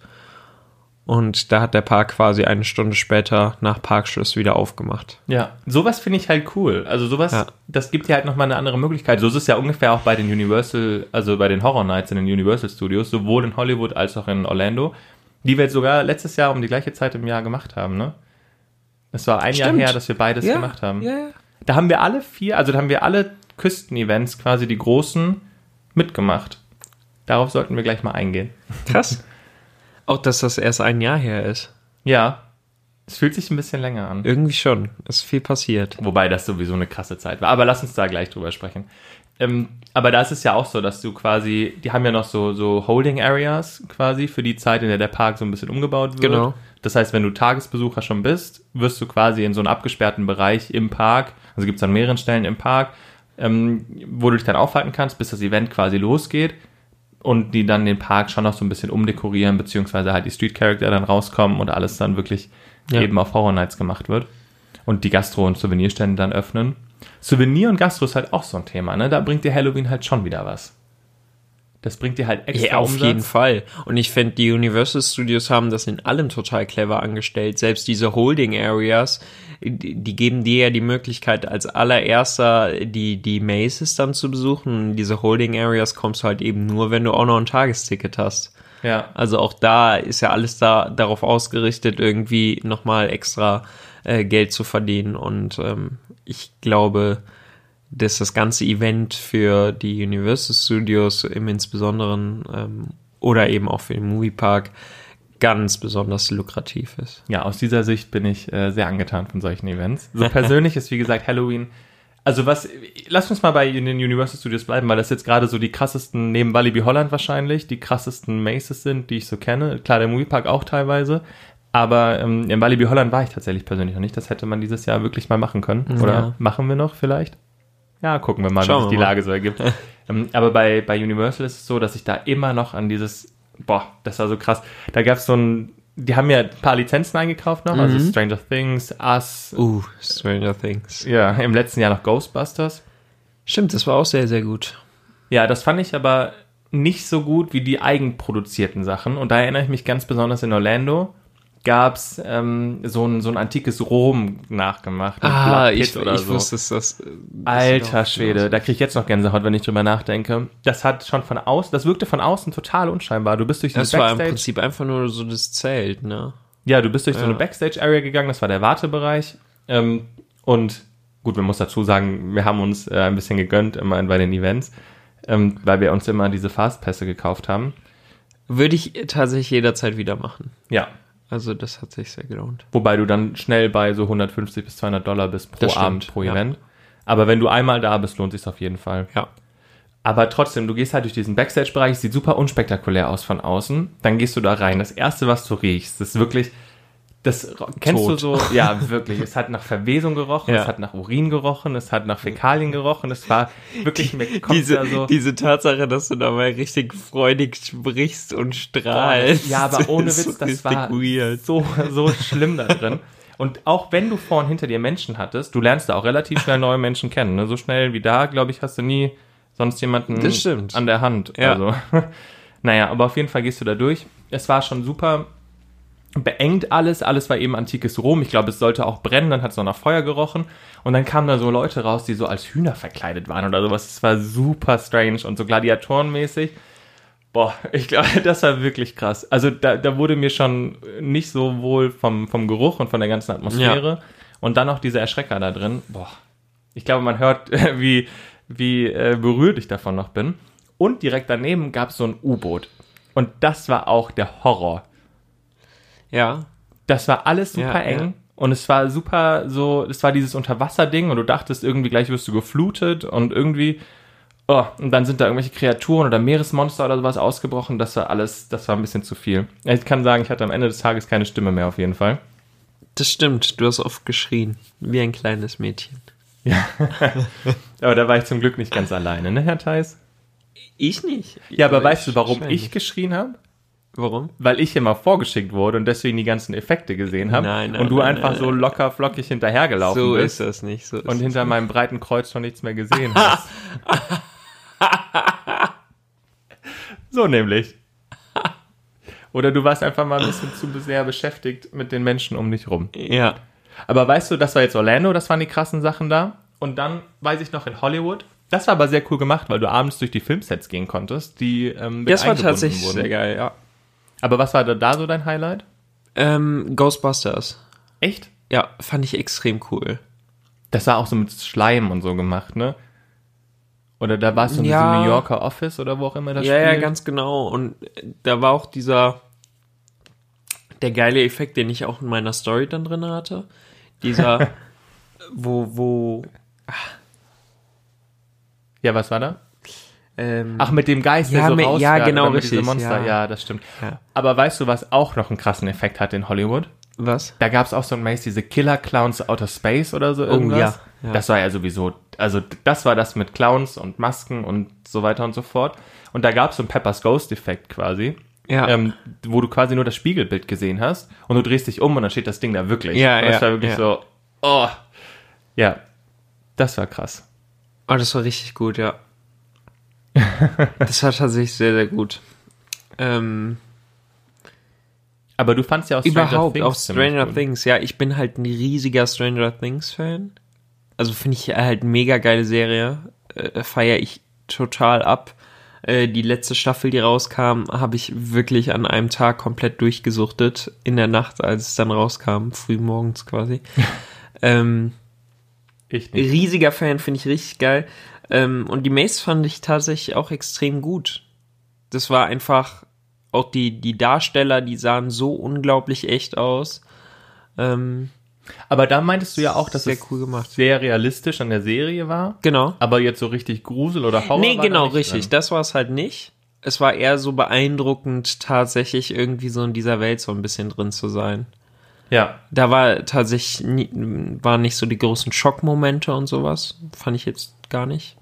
Speaker 2: Und da hat der Park quasi eine Stunde später nach Parkschluss wieder aufgemacht.
Speaker 3: ja, sowas finde ich halt cool. Also sowas,
Speaker 2: Ja.
Speaker 3: das gibt dir halt nochmal eine andere Möglichkeit. So ist es ja ungefähr auch bei den Universal, also bei den Horror Nights in den Universal Studios, sowohl in Hollywood als auch in Orlando, die wir jetzt sogar letztes Jahr um die gleiche Zeit im Jahr gemacht haben, ne? Es war ein Jahr
Speaker 2: Stimmt.
Speaker 3: her, dass wir beides gemacht haben.
Speaker 2: Ja, ja.
Speaker 3: Da haben wir alle vier, also da haben wir alle Küsten-Events, quasi die großen, mitgemacht. Darauf sollten wir gleich mal eingehen.
Speaker 2: Krass. Auch dass das erst ein Jahr her ist.
Speaker 3: Ja, es fühlt sich ein bisschen länger an.
Speaker 2: Irgendwie schon. Ist viel passiert.
Speaker 3: Wobei das sowieso eine krasse Zeit war. Aber lass uns da gleich drüber sprechen. Ähm, aber da ist es ja auch so, dass du quasi, die haben ja noch so, so Holding Areas quasi für die Zeit, in der der Park so ein bisschen umgebaut wird.
Speaker 2: Genau.
Speaker 3: Das heißt, wenn du Tagesbesucher schon bist, wirst du quasi in so einen abgesperrten Bereich im Park, also gibt es an mehreren Stellen im Park, ähm, wo du dich dann aufhalten kannst, bis das Event quasi losgeht und die dann den Park schon noch so ein bisschen umdekorieren, beziehungsweise halt die Street Character dann rauskommen und alles dann wirklich
Speaker 2: Ja.
Speaker 3: eben auf Horror Nights gemacht wird und die Gastro- und Souvenirstände dann öffnen. Souvenir und Gastro ist halt auch so ein Thema, ne? Da bringt dir Halloween halt schon wieder was. Das bringt dir halt extra
Speaker 2: Ja, auf
Speaker 3: Umsatz.
Speaker 2: jeden Fall. Und ich finde, die Universal Studios haben das in allem total clever angestellt. Selbst diese Holding Areas, die, die geben dir ja die Möglichkeit, als allererster die, die Maces dann zu besuchen. Und diese Holding Areas kommst du halt eben nur, wenn du auch noch ein Tagesticket hast.
Speaker 3: Ja,
Speaker 2: Also auch da ist ja alles da darauf ausgerichtet, irgendwie nochmal extra äh, Geld zu verdienen. Und ähm, ich glaube, dass das ganze Event für die Universal Studios im Insbesonderen ähm, oder eben auch für den Moviepark ganz besonders lukrativ ist.
Speaker 3: ja, aus dieser Sicht bin ich äh, sehr angetan von solchen Events. So persönlich ist, wie gesagt, Halloween. Also was, lass uns mal bei den Universal Studios bleiben, weil das jetzt gerade so die krassesten, neben Walibi Holland wahrscheinlich, die krassesten Maces sind, die ich so kenne. Klar, der Moviepark auch teilweise. Aber ähm, in Walibi Holland war ich tatsächlich persönlich noch nicht. Das hätte man dieses Jahr wirklich mal machen können. Oder
Speaker 2: Mhm. Ja.
Speaker 3: machen wir noch vielleicht? Ja, gucken wir mal,
Speaker 2: Schauen
Speaker 3: was
Speaker 2: wir
Speaker 3: die
Speaker 2: mal.
Speaker 3: Lage so ergibt. ähm, aber bei, bei Universal ist es so, dass ich da immer noch an dieses, boah, das war so krass. Da gab es so ein, die haben ja ein paar Lizenzen eingekauft noch,
Speaker 2: Mhm.
Speaker 3: also Stranger Things, Us,
Speaker 2: Uh, Stranger Things.
Speaker 3: ja, im letzten Jahr noch Ghostbusters.
Speaker 2: Stimmt, das war auch sehr, sehr gut.
Speaker 3: Ja, das fand ich aber nicht so gut wie die eigenproduzierten Sachen. Und da erinnere ich mich ganz besonders in Orlando gab's ähm, so, ein, so ein antikes Rom nachgemacht. mit
Speaker 2: Ah,
Speaker 3: Blood Pit
Speaker 2: ich, ich wusste es, dass... dass
Speaker 3: Alter
Speaker 2: ich-
Speaker 3: Schwede, da kriege ich jetzt noch Gänsehaut, wenn ich drüber nachdenke. Das hat schon von außen, das wirkte von außen total unscheinbar. Du bist durch
Speaker 2: Das
Speaker 3: diese
Speaker 2: war im
Speaker 3: Backstage,
Speaker 2: Prinzip einfach nur so das Zelt, ne?
Speaker 3: ja, du bist durch so eine
Speaker 2: Ja.
Speaker 3: Backstage Area gegangen, das war der Wartebereich. Ähm, und gut, man muss dazu sagen, wir haben uns äh, ein bisschen gegönnt immer bei den Events, ähm, weil wir uns immer diese Fastpässe gekauft haben.
Speaker 2: Würde ich tatsächlich jederzeit wieder machen.
Speaker 3: Ja,
Speaker 2: Also das hat sich sehr gelohnt.
Speaker 3: Wobei du dann schnell bei so 150 bis 200 Dollar bist pro
Speaker 2: Das stimmt,
Speaker 3: Abend, pro
Speaker 2: ja.
Speaker 3: Event. Aber wenn du einmal da bist, lohnt sich's auf jeden Fall.
Speaker 2: Ja.
Speaker 3: Aber trotzdem, du gehst halt durch diesen Backstage-Bereich, sieht super unspektakulär aus von außen. Dann gehst du da rein. Das erste, was du riechst, ist wirklich, das ro- kennst
Speaker 2: Tot.
Speaker 3: du so? Ja, wirklich. Es hat nach Verwesung gerochen,
Speaker 2: Ja.
Speaker 3: es hat nach Urin gerochen, es hat nach Fäkalien gerochen. Es war wirklich, mir kommt also- da
Speaker 2: Diese,
Speaker 3: so.
Speaker 2: diese Tatsache, dass du dabei richtig freudig sprichst und strahlst.
Speaker 3: Ja, aber ohne
Speaker 2: ist
Speaker 3: Witz, das
Speaker 2: richtig
Speaker 3: war
Speaker 2: weird.
Speaker 3: so, so schlimm da drin. Und auch wenn du vor und hinter dir Menschen hattest, du lernst da auch relativ schnell neue Menschen kennen. Ne? So schnell wie da, glaube ich, hast du nie sonst jemanden
Speaker 2: Das stimmt.
Speaker 3: an der Hand.
Speaker 2: Ja.
Speaker 3: Also, naja, aber auf jeden Fall gehst du da durch. es war schon super beengt alles, alles war eben antikes Rom. Ich glaube, es sollte auch brennen, dann hat es noch nach Feuer gerochen. Und dann kamen da so Leute raus, die so als Hühner verkleidet waren oder sowas. Es war super strange und so gladiatorenmäßig. Boah, ich glaube, das war wirklich krass. Also da, da wurde mir schon nicht so wohl vom, vom Geruch und von der ganzen Atmosphäre. Und dann noch diese Erschrecker da drin. Boah, ich glaube, man hört, wie, wie äh, berührt ich davon noch bin. Und direkt daneben gab es so ein U-Boot. Und das war auch der Horror
Speaker 2: Ja.
Speaker 3: das war alles super
Speaker 2: Ja,
Speaker 3: eng
Speaker 2: ja.
Speaker 3: und es war super so, es war dieses Unterwasser-Ding und du dachtest irgendwie gleich wirst du geflutet und irgendwie, oh, und dann sind da irgendwelche Kreaturen oder Meeresmonster oder sowas ausgebrochen. Das war alles, das war ein bisschen zu viel. Ich kann sagen, ich hatte am Ende des Tages keine Stimme mehr auf jeden Fall.
Speaker 2: Das stimmt, du hast oft geschrien, wie ein kleines Mädchen.
Speaker 3: Aber da war ich zum Glück nicht ganz alleine, ne, Herr Theis?
Speaker 2: Ich nicht.
Speaker 3: Ja, aber weißt du, warum
Speaker 2: wahrscheinlich.
Speaker 3: ich geschrien habe?
Speaker 2: Warum?
Speaker 3: Weil ich immer vorgeschickt wurde und deswegen die ganzen Effekte gesehen habe
Speaker 2: Nein, nein,
Speaker 3: und du
Speaker 2: nein,
Speaker 3: einfach
Speaker 2: nein,
Speaker 3: so locker flockig hinterhergelaufen
Speaker 2: So
Speaker 3: bist
Speaker 2: ist das nicht. So ist
Speaker 3: und
Speaker 2: das.
Speaker 3: hinter meinem breiten Kreuz schon nichts mehr gesehen hast. so nämlich. Oder du warst einfach mal ein bisschen zu sehr beschäftigt mit den Menschen um dich rum.
Speaker 2: Ja.
Speaker 3: Aber weißt du, das war jetzt Orlando, das waren die krassen Sachen da. Und dann weiß ich noch in Hollywood. Das war aber sehr cool gemacht, weil du abends durch die Filmsets gehen konntest, die ähm, mit
Speaker 2: Das war
Speaker 3: eingebunden
Speaker 2: tatsächlich
Speaker 3: wurden.
Speaker 2: sehr geil, ja.
Speaker 3: Aber was war da, da so dein Highlight?
Speaker 2: Ähm, Ghostbusters.
Speaker 3: Echt?
Speaker 2: Ja, fand ich extrem cool.
Speaker 3: Das war auch so mit Schleim und so gemacht, ne? Oder da warst du in
Speaker 2: Ja.
Speaker 3: diesem New Yorker Office oder wo auch immer das
Speaker 2: Ja, ja,
Speaker 3: spielt.
Speaker 2: ganz genau. Und da war auch dieser, der geile Effekt, den ich auch in meiner Story dann drin hatte. Dieser, wo, wo,
Speaker 3: Ja, was war da?
Speaker 2: ähm,
Speaker 3: Ach, mit dem Geist,
Speaker 2: Ja,
Speaker 3: der so
Speaker 2: mit- ja,
Speaker 3: rausfährt.
Speaker 2: genau,
Speaker 3: oder mit diesem
Speaker 2: richtig,
Speaker 3: Monster.
Speaker 2: ja.
Speaker 3: Ja. das stimmt.
Speaker 2: Ja.
Speaker 3: Aber weißt du, was auch noch einen krassen Effekt hat in Hollywood?
Speaker 2: was?
Speaker 3: Da gab es auch so ein Maze, diese Killer Clowns Outer Space oder so irgendwas.
Speaker 2: Oh, ja, ja.
Speaker 3: Das war ja sowieso, also das war das mit Clowns und Masken und so weiter und so fort. Und da gab es so einen Peppers Ghost Effekt quasi.
Speaker 2: Ja.
Speaker 3: Ähm, wo du quasi nur das Spiegelbild gesehen hast und du drehst dich um und dann steht das Ding da wirklich.
Speaker 2: Ja,
Speaker 3: und das
Speaker 2: ja,
Speaker 3: war wirklich
Speaker 2: ja.
Speaker 3: so, oh. Ja, das war krass.
Speaker 2: Oh, das war richtig gut, ja. das war tatsächlich sehr, sehr gut. Ähm,
Speaker 3: Aber du fandst ja auch
Speaker 2: überhaupt auch
Speaker 3: ziemlich
Speaker 2: Stranger
Speaker 3: gut.
Speaker 2: Things. Ja, ich bin halt ein riesiger Stranger Things Fan. Also finde ich halt mega geile Serie. Äh, Feiere ich total ab. Äh, die letzte Staffel, die rauskam, habe ich wirklich an einem Tag komplett durchgesuchtet. In der Nacht, als es dann rauskam, früh morgens quasi. ähm,
Speaker 3: Ich nicht.
Speaker 2: riesiger Fan, finde ich richtig geil. Ähm, und die Maze fand ich tatsächlich auch extrem gut. Das war einfach, auch die, die Darsteller, die sahen so unglaublich echt aus. Ähm,
Speaker 3: Aber da meintest du ja auch, dass
Speaker 2: Sehr
Speaker 3: es
Speaker 2: cool gemacht.
Speaker 3: sehr realistisch an der Serie war,
Speaker 2: genau.
Speaker 3: aber jetzt so richtig Grusel oder Horror.
Speaker 2: nee,
Speaker 3: war da
Speaker 2: genau,
Speaker 3: nicht
Speaker 2: richtig.
Speaker 3: Drin.
Speaker 2: Das war es halt nicht. Es war eher so beeindruckend, tatsächlich irgendwie so in dieser Welt so ein bisschen drin zu sein.
Speaker 3: Ja,
Speaker 2: Da war tatsächlich nie, waren nicht so die großen Schockmomente und sowas. Fand ich jetzt gar nicht.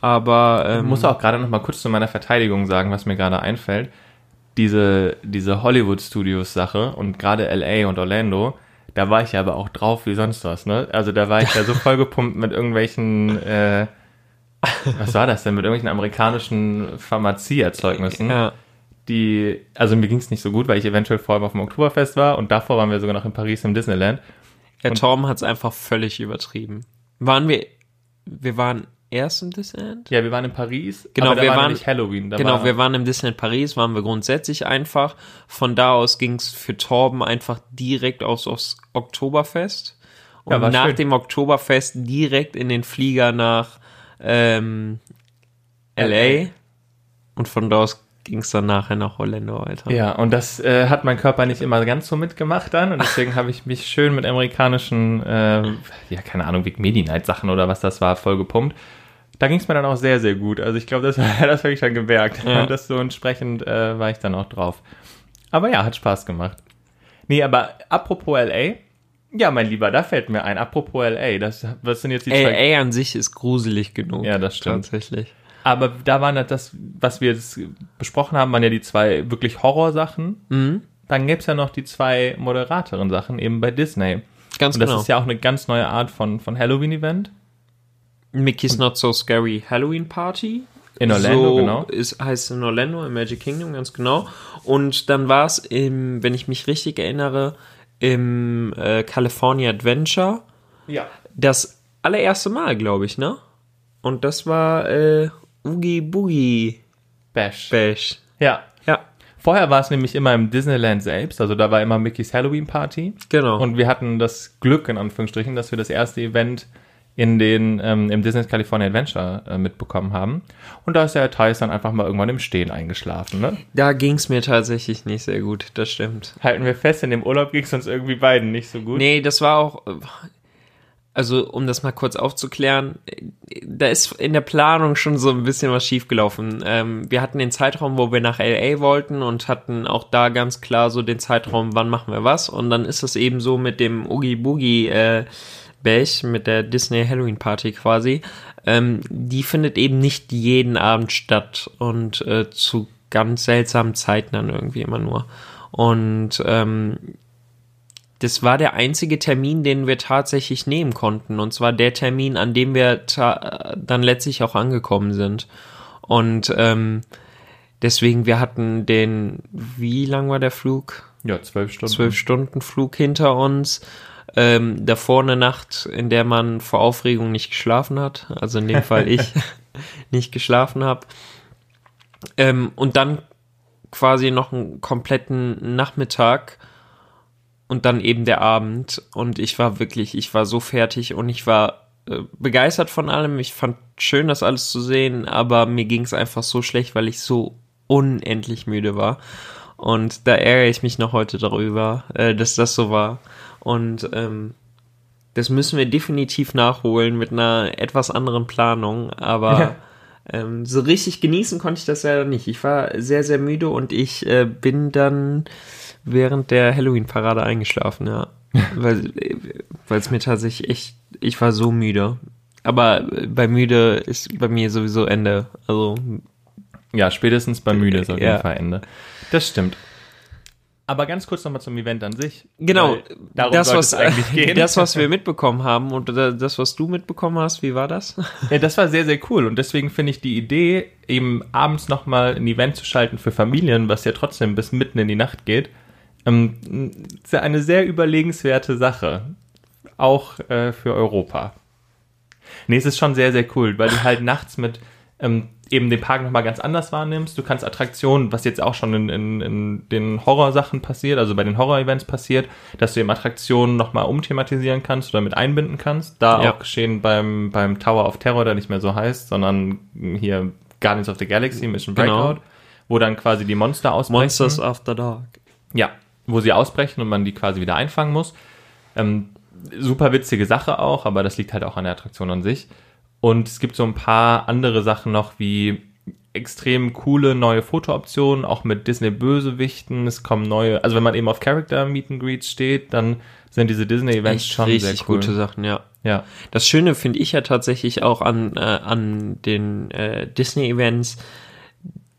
Speaker 2: Aber ähm,
Speaker 3: muss auch gerade noch mal kurz zu meiner Verteidigung sagen, was mir gerade einfällt. Diese, diese Hollywood Studios Sache und gerade LA und Orlando, da war ich ja aber auch drauf wie sonst was, ne? Also da war ich ja so vollgepumpt mit irgendwelchen, äh, was war das denn, mit irgendwelchen amerikanischen Pharmazieerzeugnissen.
Speaker 2: ja.
Speaker 3: die, also mir ging es nicht so gut, weil ich eventuell vor allem auf dem Oktoberfest war und davor waren wir sogar noch in Paris im Disneyland.
Speaker 2: Ja, Torben hat's einfach völlig übertrieben. Waren wir, wir waren erst im Disneyland?
Speaker 3: Ja, wir waren in Paris,
Speaker 2: Genau,
Speaker 3: aber da
Speaker 2: wir
Speaker 3: war noch
Speaker 2: waren-
Speaker 3: nicht Halloween. Da
Speaker 2: genau,
Speaker 3: war,
Speaker 2: wir waren im Disneyland Paris, waren wir grundsätzlich einfach. Von da aus ging's für Torben einfach direkt aufs, aufs Oktoberfest. Und
Speaker 3: Ja, war
Speaker 2: nach
Speaker 3: schön.
Speaker 2: dem Oktoberfest direkt in den Flieger nach ähm, L.A. Und von da aus ging's dann nachher nach Orlando weiter.
Speaker 3: ja, und das äh, hat mein Körper nicht immer ganz so mitgemacht dann und deswegen habe ich mich schön mit amerikanischen, äh, ja, keine Ahnung, wie Medi Night Sachen oder was das war, voll gepumpt. Da ging es mir dann auch sehr, sehr gut. Also ich glaube, das, das habe ich dann gemerkt.
Speaker 2: Ja.
Speaker 3: Und das so entsprechend äh, war ich dann auch drauf. Aber ja, hat Spaß gemacht. Nee, aber apropos LA, ja, mein Lieber, da fällt mir ein. Apropos LA, das, was sind jetzt die zwei
Speaker 2: L.A. an sich ist gruselig genug.
Speaker 3: Ja, das stimmt.
Speaker 2: Tatsächlich.
Speaker 3: Aber da waren halt das, was wir jetzt besprochen haben, waren ja die zwei wirklich Horrorsachen. Dann gäbe es ja noch die zwei moderateren Sachen, eben bei Disney.
Speaker 2: Ganz
Speaker 3: Und das
Speaker 2: genau.
Speaker 3: ist ja auch eine ganz neue Art von, von Halloween-Event.
Speaker 2: Mickey's Not So Scary Halloween Party
Speaker 3: In Orlando,
Speaker 2: so
Speaker 3: genau.
Speaker 2: Ist, heißt in Orlando, im Magic Kingdom, ganz genau. Und dann war es, im, wenn ich mich richtig erinnere, im äh, California Adventure
Speaker 3: Ja.
Speaker 2: das allererste Mal, glaube ich, ne? Und das war äh, Oogie Boogie
Speaker 3: Bash.
Speaker 2: Bash.
Speaker 3: Ja.
Speaker 2: Ja,
Speaker 3: Vorher war es nämlich immer im Disneyland selbst, also da war immer Mickeys Halloween Party.
Speaker 2: genau.
Speaker 3: Und wir hatten das Glück, in Anführungsstrichen, dass wir das erste Event in den, ähm, im Disney's California Adventure äh, mitbekommen haben. Und da ist der Thais dann einfach mal irgendwann im Stehen eingeschlafen. Ne?
Speaker 2: da ging es mir tatsächlich nicht sehr gut, das stimmt.
Speaker 3: Halten wir fest, in dem Urlaub ging es uns irgendwie beiden nicht so gut.
Speaker 2: Nee, das war auch. Also, um das mal kurz aufzuklären, da ist in der Planung schon so ein bisschen was schiefgelaufen. Ähm, wir hatten den Zeitraum, wo wir nach LA wollten und hatten auch da ganz klar so den Zeitraum, wann machen wir was. Und dann ist das eben so mit dem Oogie Boogie äh, Bash, mit der Disney Halloween Party quasi. Ähm, die findet eben nicht jeden Abend statt und äh, zu ganz seltsamen Zeiten dann irgendwie immer nur. Und ähm, das war der einzige Termin, den wir tatsächlich nehmen konnten. Und zwar der Termin, an dem wir ta- dann letztlich auch angekommen sind. Und ähm, deswegen, wir hatten den, wie lang war der Flug?
Speaker 3: Ja, zwölf Stunden.
Speaker 2: Zwölf Stunden Flug hinter uns. Ähm, davor eine Nacht, in der man vor Aufregung nicht geschlafen hat. Also in dem Fall ich nicht geschlafen habe. Ähm, und dann quasi noch einen kompletten Nachmittag und dann eben der Abend. Und ich war wirklich, ich war so fertig und ich war äh, begeistert von allem. Ich fand schön, das alles zu sehen, aber mir ging es einfach so schlecht, weil ich so unendlich müde war. Und da ärgere ich mich noch heute darüber, äh, dass das so war. Und ähm, das müssen wir definitiv nachholen mit einer etwas anderen Planung, aber
Speaker 3: Ja.
Speaker 2: ähm, so richtig genießen konnte ich das leider nicht. Ich war sehr, sehr müde und ich äh, bin dann während der Halloween-Parade eingeschlafen, ja. Weil es mir tatsächlich echt, ich war so müde. Aber bei müde ist bei mir sowieso Ende. Also,
Speaker 3: Ja, spätestens bei müde ist auf jeden
Speaker 2: Ja.
Speaker 3: Fall Ende. Das stimmt. Aber ganz kurz nochmal zum Event an sich.
Speaker 2: genau,
Speaker 3: Weil Darum
Speaker 2: das,
Speaker 3: sollte
Speaker 2: was,
Speaker 3: es eigentlich gehen.
Speaker 2: das, was wir mitbekommen haben und da- das, was du mitbekommen hast, wie war das?
Speaker 3: Ja, das war sehr, sehr cool. Und deswegen finde ich die Idee, eben abends nochmal ein Event zu schalten für Familien, was ja trotzdem bis mitten in die Nacht geht, ähm, ist ja eine sehr überlegenswerte Sache. Auch äh, für Europa. Nee, es ist schon sehr, sehr cool, weil du halt nachts mit ähm, eben den Park nochmal ganz anders wahrnimmst. Du kannst Attraktionen, was jetzt auch schon in, in, in den Horrorsachen passiert, also bei den Horror-Events passiert, dass du eben Attraktionen nochmal umthematisieren kannst oder mit einbinden kannst. Da
Speaker 2: Ja.
Speaker 3: auch geschehen beim, beim Tower of Terror, der nicht mehr so heißt, sondern hier Guardians of the Galaxy, Mission
Speaker 2: Genau.
Speaker 3: Breakout, wo dann quasi die Monster ausbrechen.
Speaker 2: Monsters After Dark.
Speaker 3: Ja, wo sie ausbrechen und man die quasi wieder einfangen muss. Ähm, super witzige Sache auch, aber das liegt halt auch an der Attraktion an sich. Und es gibt so ein paar andere Sachen noch, wie extrem coole neue Fotooptionen, auch mit Disney-Bösewichten. Es kommen neue, also wenn man eben auf Character-Meet and Greets steht, dann sind diese Disney-Events
Speaker 2: Echt
Speaker 3: schon sehr
Speaker 2: richtig
Speaker 3: cool.
Speaker 2: gute Sachen, ja.
Speaker 3: Ja,
Speaker 2: Das Schöne finde ich ja tatsächlich auch an, äh, an den äh, Disney-Events,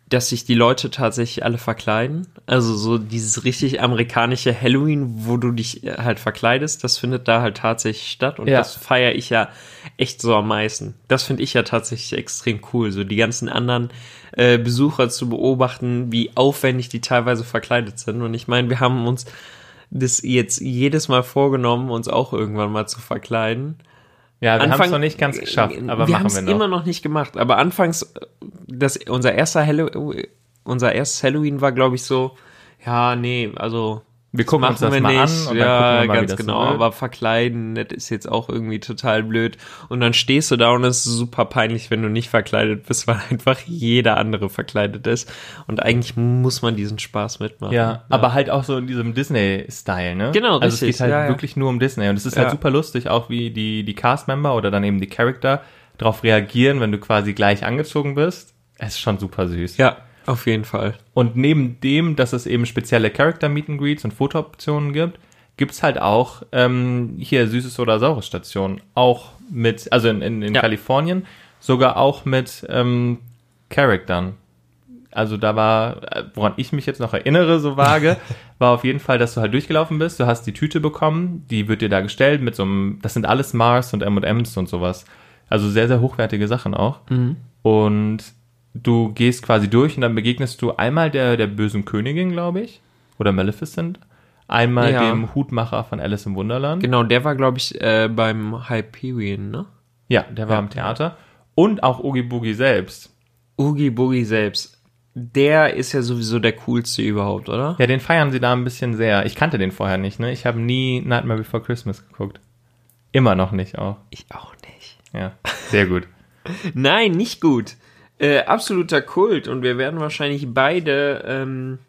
Speaker 2: dass sich die Leute tatsächlich alle verkleiden. Also so dieses richtig amerikanische Halloween, wo du dich äh, halt verkleidest, das findet da halt tatsächlich statt. Und
Speaker 3: Ja.
Speaker 2: das feiere ich ja echt so am meisten. Das finde ich ja tatsächlich extrem cool, so die ganzen anderen äh, Besucher zu beobachten, wie aufwendig die teilweise verkleidet sind. Und ich meine, wir haben uns das jetzt jedes Mal vorgenommen, uns auch irgendwann mal zu verkleiden
Speaker 3: ja wir haben es
Speaker 2: Anfang-
Speaker 3: noch nicht ganz geschafft, aber
Speaker 2: wir
Speaker 3: machen
Speaker 2: haben's
Speaker 3: wir noch.
Speaker 2: immer noch nicht gemacht. Aber anfangs, äh, das, unser erster Halloween, unser erstes Halloween war, glaube ich, so, ja, nee, also
Speaker 3: wir gucken
Speaker 2: machen
Speaker 3: uns das
Speaker 2: wir nicht.
Speaker 3: mal an und dann
Speaker 2: ja,
Speaker 3: gucken wir mal, wie
Speaker 2: ganz
Speaker 3: das so
Speaker 2: genau.
Speaker 3: wird.
Speaker 2: aber verkleiden, das ist jetzt auch irgendwie total blöd. Und dann stehst du da und es ist super peinlich, wenn du nicht verkleidet bist, weil einfach jeder andere verkleidet ist. Und eigentlich muss man diesen Spaß mitmachen.
Speaker 3: Ja, aber halt auch so in diesem Disney-Style, ne?
Speaker 2: Genau,
Speaker 3: also
Speaker 2: richtig,
Speaker 3: Es geht halt
Speaker 2: ja, ja.
Speaker 3: wirklich nur um Disney. Und es ist halt
Speaker 2: Ja.
Speaker 3: super lustig, auch wie die, die Cast-Member oder dann eben die Charakter darauf reagieren, wenn du quasi gleich angezogen bist. Es ist schon super süß.
Speaker 2: ja, auf jeden Fall.
Speaker 3: Und neben dem, dass es eben spezielle Charakter-Meet-and-Greets und Fotooptionen gibt, gibt's halt auch ähm, hier Süßes oder Saures Stationen. Auch mit, also in, in, in
Speaker 2: Ja.
Speaker 3: Kalifornien, sogar auch mit ähm, Charaktern. Also da war, äh, woran ich mich jetzt noch erinnere, so vage, war auf jeden Fall, dass du halt durchgelaufen bist, du hast die Tüte bekommen, die wird dir da gestellt mit so einem, das sind alles Mars und M&Ms und sowas. Also sehr, sehr hochwertige Sachen auch. Und du gehst quasi durch und dann begegnest du einmal der, der bösen Königin, glaube ich, oder Maleficent, einmal
Speaker 2: Ja.
Speaker 3: dem Hutmacher von Alice im Wunderland.
Speaker 2: Genau, der war, glaube ich, äh, beim Hyperion, ne?
Speaker 3: ja, der war im Theater. Und auch Oogie Boogie selbst.
Speaker 2: Oogie Boogie selbst. Der ist ja sowieso der coolste überhaupt, oder?
Speaker 3: Ja, den feiern sie da ein bisschen sehr. Ich kannte den vorher nicht, ne? Ich habe nie Nightmare Before Christmas geguckt. Immer noch nicht auch.
Speaker 2: Ich auch nicht.
Speaker 3: Ja, sehr gut.
Speaker 2: Nein, nicht gut. Äh, absoluter Kult und wir werden wahrscheinlich beide, ähm,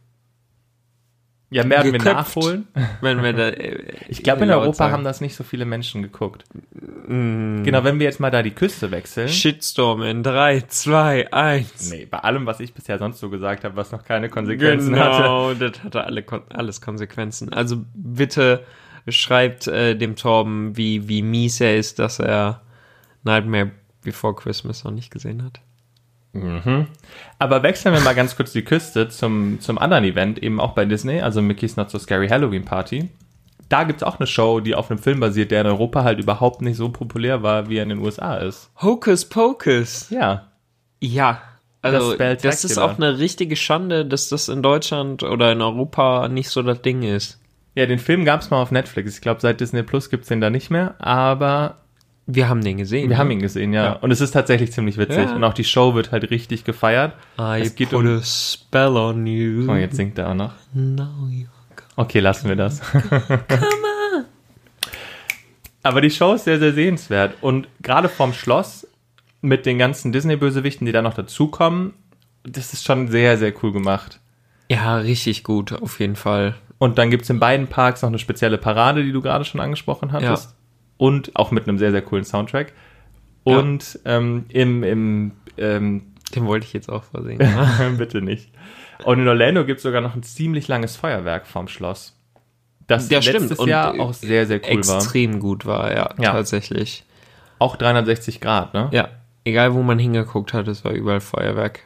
Speaker 3: Ja, werden wir
Speaker 2: Geköpft.
Speaker 3: nachholen.
Speaker 2: wenn wir da. Äh,
Speaker 3: Ich glaube, in Europa haben das nicht so viele Menschen geguckt. Genau, wenn wir jetzt mal da die Küste wechseln.
Speaker 2: Shitstorm in 3, 2, 1.
Speaker 3: Nee, bei allem, was ich bisher sonst so gesagt habe, was noch keine Konsequenzen hatte.
Speaker 2: Genau, das hatte alle, Kon- alles Konsequenzen. Also bitte schreibt äh, dem Torben, wie, wie mies er ist, dass er Nightmare Before Christmas noch nicht gesehen hat.
Speaker 3: Aber wechseln wir mal ganz kurz die Küste zum, zum anderen Event, eben auch bei Disney, also Mickey's Not So Scary Halloween Party. Da gibt's auch eine Show, die auf einem Film basiert, der in Europa halt überhaupt nicht so populär war, wie er in den USA ist.
Speaker 2: Hocus Pocus.
Speaker 3: Ja.
Speaker 2: Ja, also das,
Speaker 3: Das
Speaker 2: ist
Speaker 3: Spectacular.
Speaker 2: auch eine richtige Schande, dass das in Deutschland oder in Europa nicht so das Ding ist.
Speaker 3: Ja, den Film gab's mal auf Netflix. Ich glaube, seit Disney Plus gibt's den da nicht mehr, aber
Speaker 2: Wir haben den gesehen. ne?
Speaker 3: Wir haben ihn gesehen, ja.
Speaker 2: Ja.
Speaker 3: Und es ist tatsächlich ziemlich witzig.
Speaker 2: Ja.
Speaker 3: Und auch die Show wird halt richtig gefeiert.
Speaker 2: I
Speaker 3: es geht
Speaker 2: put
Speaker 3: um.
Speaker 2: a spell on you.
Speaker 3: Oh, jetzt singt er auch noch.
Speaker 2: Now you-
Speaker 3: Okay, lassen wir das. Aber die Show ist sehr, sehr sehenswert. Und gerade vorm Schloss mit den ganzen Disney-Bösewichten, die da noch dazukommen, das ist schon sehr, sehr cool gemacht.
Speaker 2: Ja, richtig gut, auf jeden Fall.
Speaker 3: Und dann gibt's in beiden Parks noch eine spezielle Parade, die du gerade schon angesprochen hattest.
Speaker 2: Ja.
Speaker 3: Und auch mit einem sehr, sehr coolen Soundtrack. Und ähm, im, im ähm,
Speaker 2: Den wollte ich jetzt auch vorsehen.
Speaker 3: Bitte nicht. Und in Orlando gibt es sogar noch ein ziemlich langes Feuerwerk vom Schloss. Das
Speaker 2: Ja, stimmt.
Speaker 3: letztes
Speaker 2: Und,
Speaker 3: Jahr
Speaker 2: äh,
Speaker 3: auch sehr, sehr cool war.
Speaker 2: Extrem gut war, ja,
Speaker 3: Ja.
Speaker 2: tatsächlich.
Speaker 3: Auch 360 Grad, ne?
Speaker 2: Ja, egal wo man hingeguckt hat, es war überall Feuerwerk.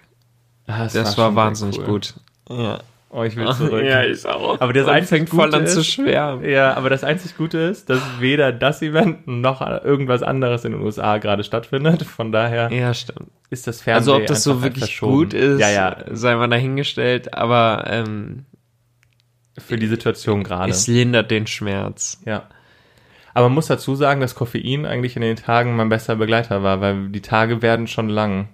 Speaker 2: Das war,
Speaker 3: Ah, schon
Speaker 2: wahnsinnig
Speaker 3: sehr cool.
Speaker 2: gut. Ja.
Speaker 3: Oh, ich will zurück.
Speaker 2: ist auch.
Speaker 3: Aber das
Speaker 2: Und
Speaker 3: einzig
Speaker 2: fängt voll
Speaker 3: Gute
Speaker 2: an zu
Speaker 3: ist-
Speaker 2: schwärmen.
Speaker 3: Ja, aber das einzig Gute ist, dass weder das Event noch irgendwas anderes in den USA gerade stattfindet. Von daher
Speaker 2: Ja, stimmt.
Speaker 3: ist das Fernsehen.
Speaker 2: Also ob das so
Speaker 3: einfach
Speaker 2: wirklich
Speaker 3: verschoben.
Speaker 2: gut ist,
Speaker 3: Ja, ja,
Speaker 2: sei mal dahingestellt, aber ähm,
Speaker 3: für die Situation gerade.
Speaker 2: es lindert den Schmerz.
Speaker 3: Ja. Aber man muss dazu sagen, dass Koffein eigentlich in den Tagen mein bester Begleiter war, weil die Tage werden schon lang.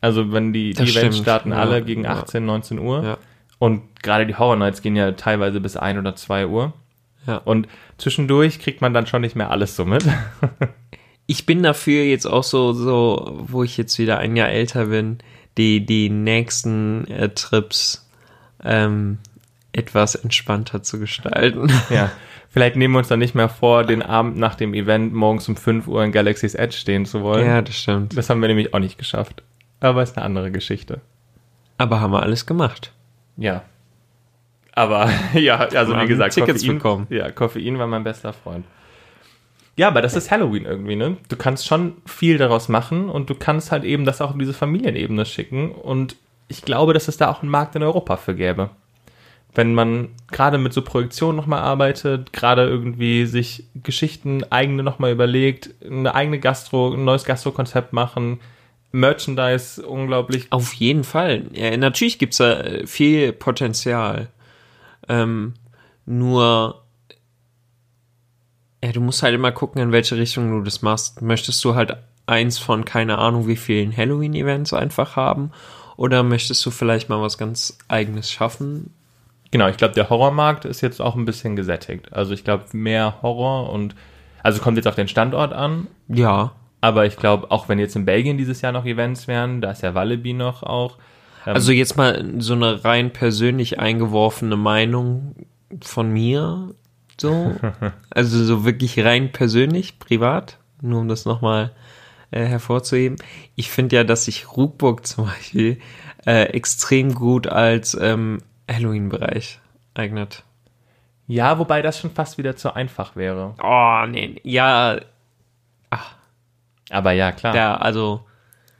Speaker 3: Also wenn die, die
Speaker 2: Das
Speaker 3: Events
Speaker 2: stimmt,
Speaker 3: starten
Speaker 2: ja,
Speaker 3: alle gegen
Speaker 2: ja.
Speaker 3: 18, 19 Uhr.
Speaker 2: Ja.
Speaker 3: Und gerade die Horror Nights gehen ja teilweise bis 1 oder 2 Uhr.
Speaker 2: Ja.
Speaker 3: Und zwischendurch kriegt man dann schon nicht mehr alles so mit.
Speaker 2: Ich bin dafür jetzt auch so, so wo ich jetzt wieder ein Jahr älter bin, die, die nächsten äh, Trips ähm, etwas entspannter zu gestalten.
Speaker 3: ja. Vielleicht nehmen wir uns dann nicht mehr vor, den Abend nach dem Event morgens um 5 Uhr in Galaxy's Edge stehen zu wollen.
Speaker 2: ja, das stimmt.
Speaker 3: Das haben wir nämlich auch nicht geschafft. Aber ist eine andere Geschichte.
Speaker 2: Aber haben wir alles gemacht.
Speaker 3: Ja. Aber ja, also
Speaker 2: Wir
Speaker 3: wie
Speaker 2: haben
Speaker 3: gesagt,
Speaker 2: Tickets
Speaker 3: Koffein,
Speaker 2: bekommen.
Speaker 3: Ja, Koffein war mein bester Freund. Ja, aber das ist Halloween irgendwie, ne? Du kannst schon viel daraus machen und du kannst halt eben das auch in diese Familienebene schicken und ich glaube, dass es da auch einen Markt in Europa für gäbe. Wenn man gerade mit so Projektionen nochmal arbeitet, gerade irgendwie sich Geschichten eigene nochmal überlegt, eine eigene Gastro, ein neues Gastrokonzept machen, Merchandise unglaublich
Speaker 2: Auf jeden Fall. Ja, natürlich gibt's da äh, viel Potenzial. Ähm, nur, ja, du musst halt immer gucken, in welche Richtung du das machst. Möchtest du halt eins von keine Ahnung wie vielen Halloween-Events einfach haben? Oder möchtest du vielleicht mal was ganz Eigenes schaffen?
Speaker 3: Genau, ich glaube, der Horrormarkt ist jetzt auch ein bisschen gesättigt. Also ich glaube, mehr Horror und also kommt jetzt auf den Standort an,
Speaker 2: Ja.
Speaker 3: aber ich glaube, auch wenn jetzt in Belgien dieses Jahr noch Events wären, da ist ja Walibi noch auch. Ähm,
Speaker 2: Also jetzt mal so eine rein persönlich eingeworfene Meinung von mir. So. Also so wirklich rein persönlich, privat, nur um das nochmal äh, hervorzuheben. Ich finde ja, dass sich Ruckburg zum Beispiel äh, extrem gut als ähm, Halloween-Bereich eignet.
Speaker 3: Ja, wobei das schon fast wieder zu einfach wäre.
Speaker 2: Oh, nee. Ja,
Speaker 3: Aber ja, klar.
Speaker 2: ja, also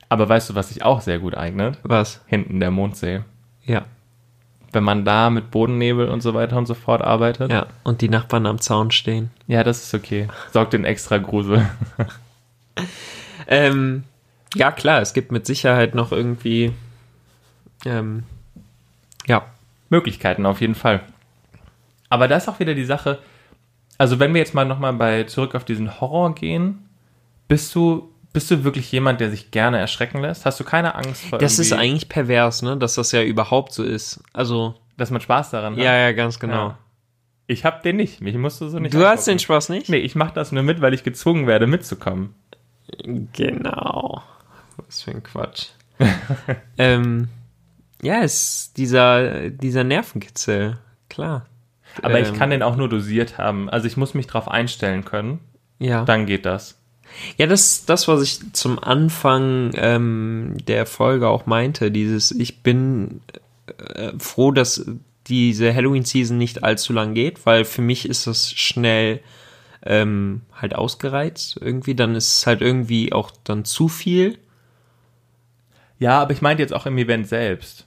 Speaker 3: Aber weißt du, was sich auch sehr gut eignet?
Speaker 2: was?
Speaker 3: Hinten der Mondsee.
Speaker 2: Ja,
Speaker 3: Wenn man da mit Bodennebel und so weiter und so fort arbeitet.
Speaker 2: ja. Und die Nachbarn am Zaun stehen.
Speaker 3: ja das ist okay. Sorgt den extra Grusel.
Speaker 2: Ähm, ja, klar, es gibt mit Sicherheit noch irgendwie Ähm, ja.
Speaker 3: Möglichkeiten auf jeden Fall. Aber da ist auch wieder die Sache, also wenn wir jetzt mal nochmal bei zurück auf diesen Horror gehen, bist du, bist du wirklich jemand, der sich gerne erschrecken lässt? Hast du keine Angst vor
Speaker 2: Das ist
Speaker 3: irgendwie,
Speaker 2: eigentlich pervers, ne? Dass das ja überhaupt so ist. Also,
Speaker 3: dass man Spaß daran hat?
Speaker 2: ja, ja, ganz genau.
Speaker 3: Ja. Ich hab den nicht. Mich musst du so nicht
Speaker 2: Du hast den
Speaker 3: angucken.
Speaker 2: Spaß nicht?
Speaker 3: Nee, ich mach das nur mit, weil ich gezwungen werde, mitzukommen.
Speaker 2: Genau. Was für ein Quatsch. ähm, ja, es ist dieser, dieser Nervenkitzel, klar.
Speaker 3: Aber
Speaker 2: Ähm.
Speaker 3: ich kann den auch nur dosiert haben. Also ich muss mich drauf einstellen können.
Speaker 2: Ja,
Speaker 3: Dann geht das.
Speaker 2: ja das, das, was ich zum Anfang ähm, der Folge auch meinte, dieses, ich bin äh, froh, dass diese Halloween-Season nicht allzu lang geht, weil für mich ist das schnell ähm, halt ausgereizt irgendwie, dann ist es halt irgendwie auch dann zu viel.
Speaker 3: Ja, aber ich meinte jetzt auch im Event selbst.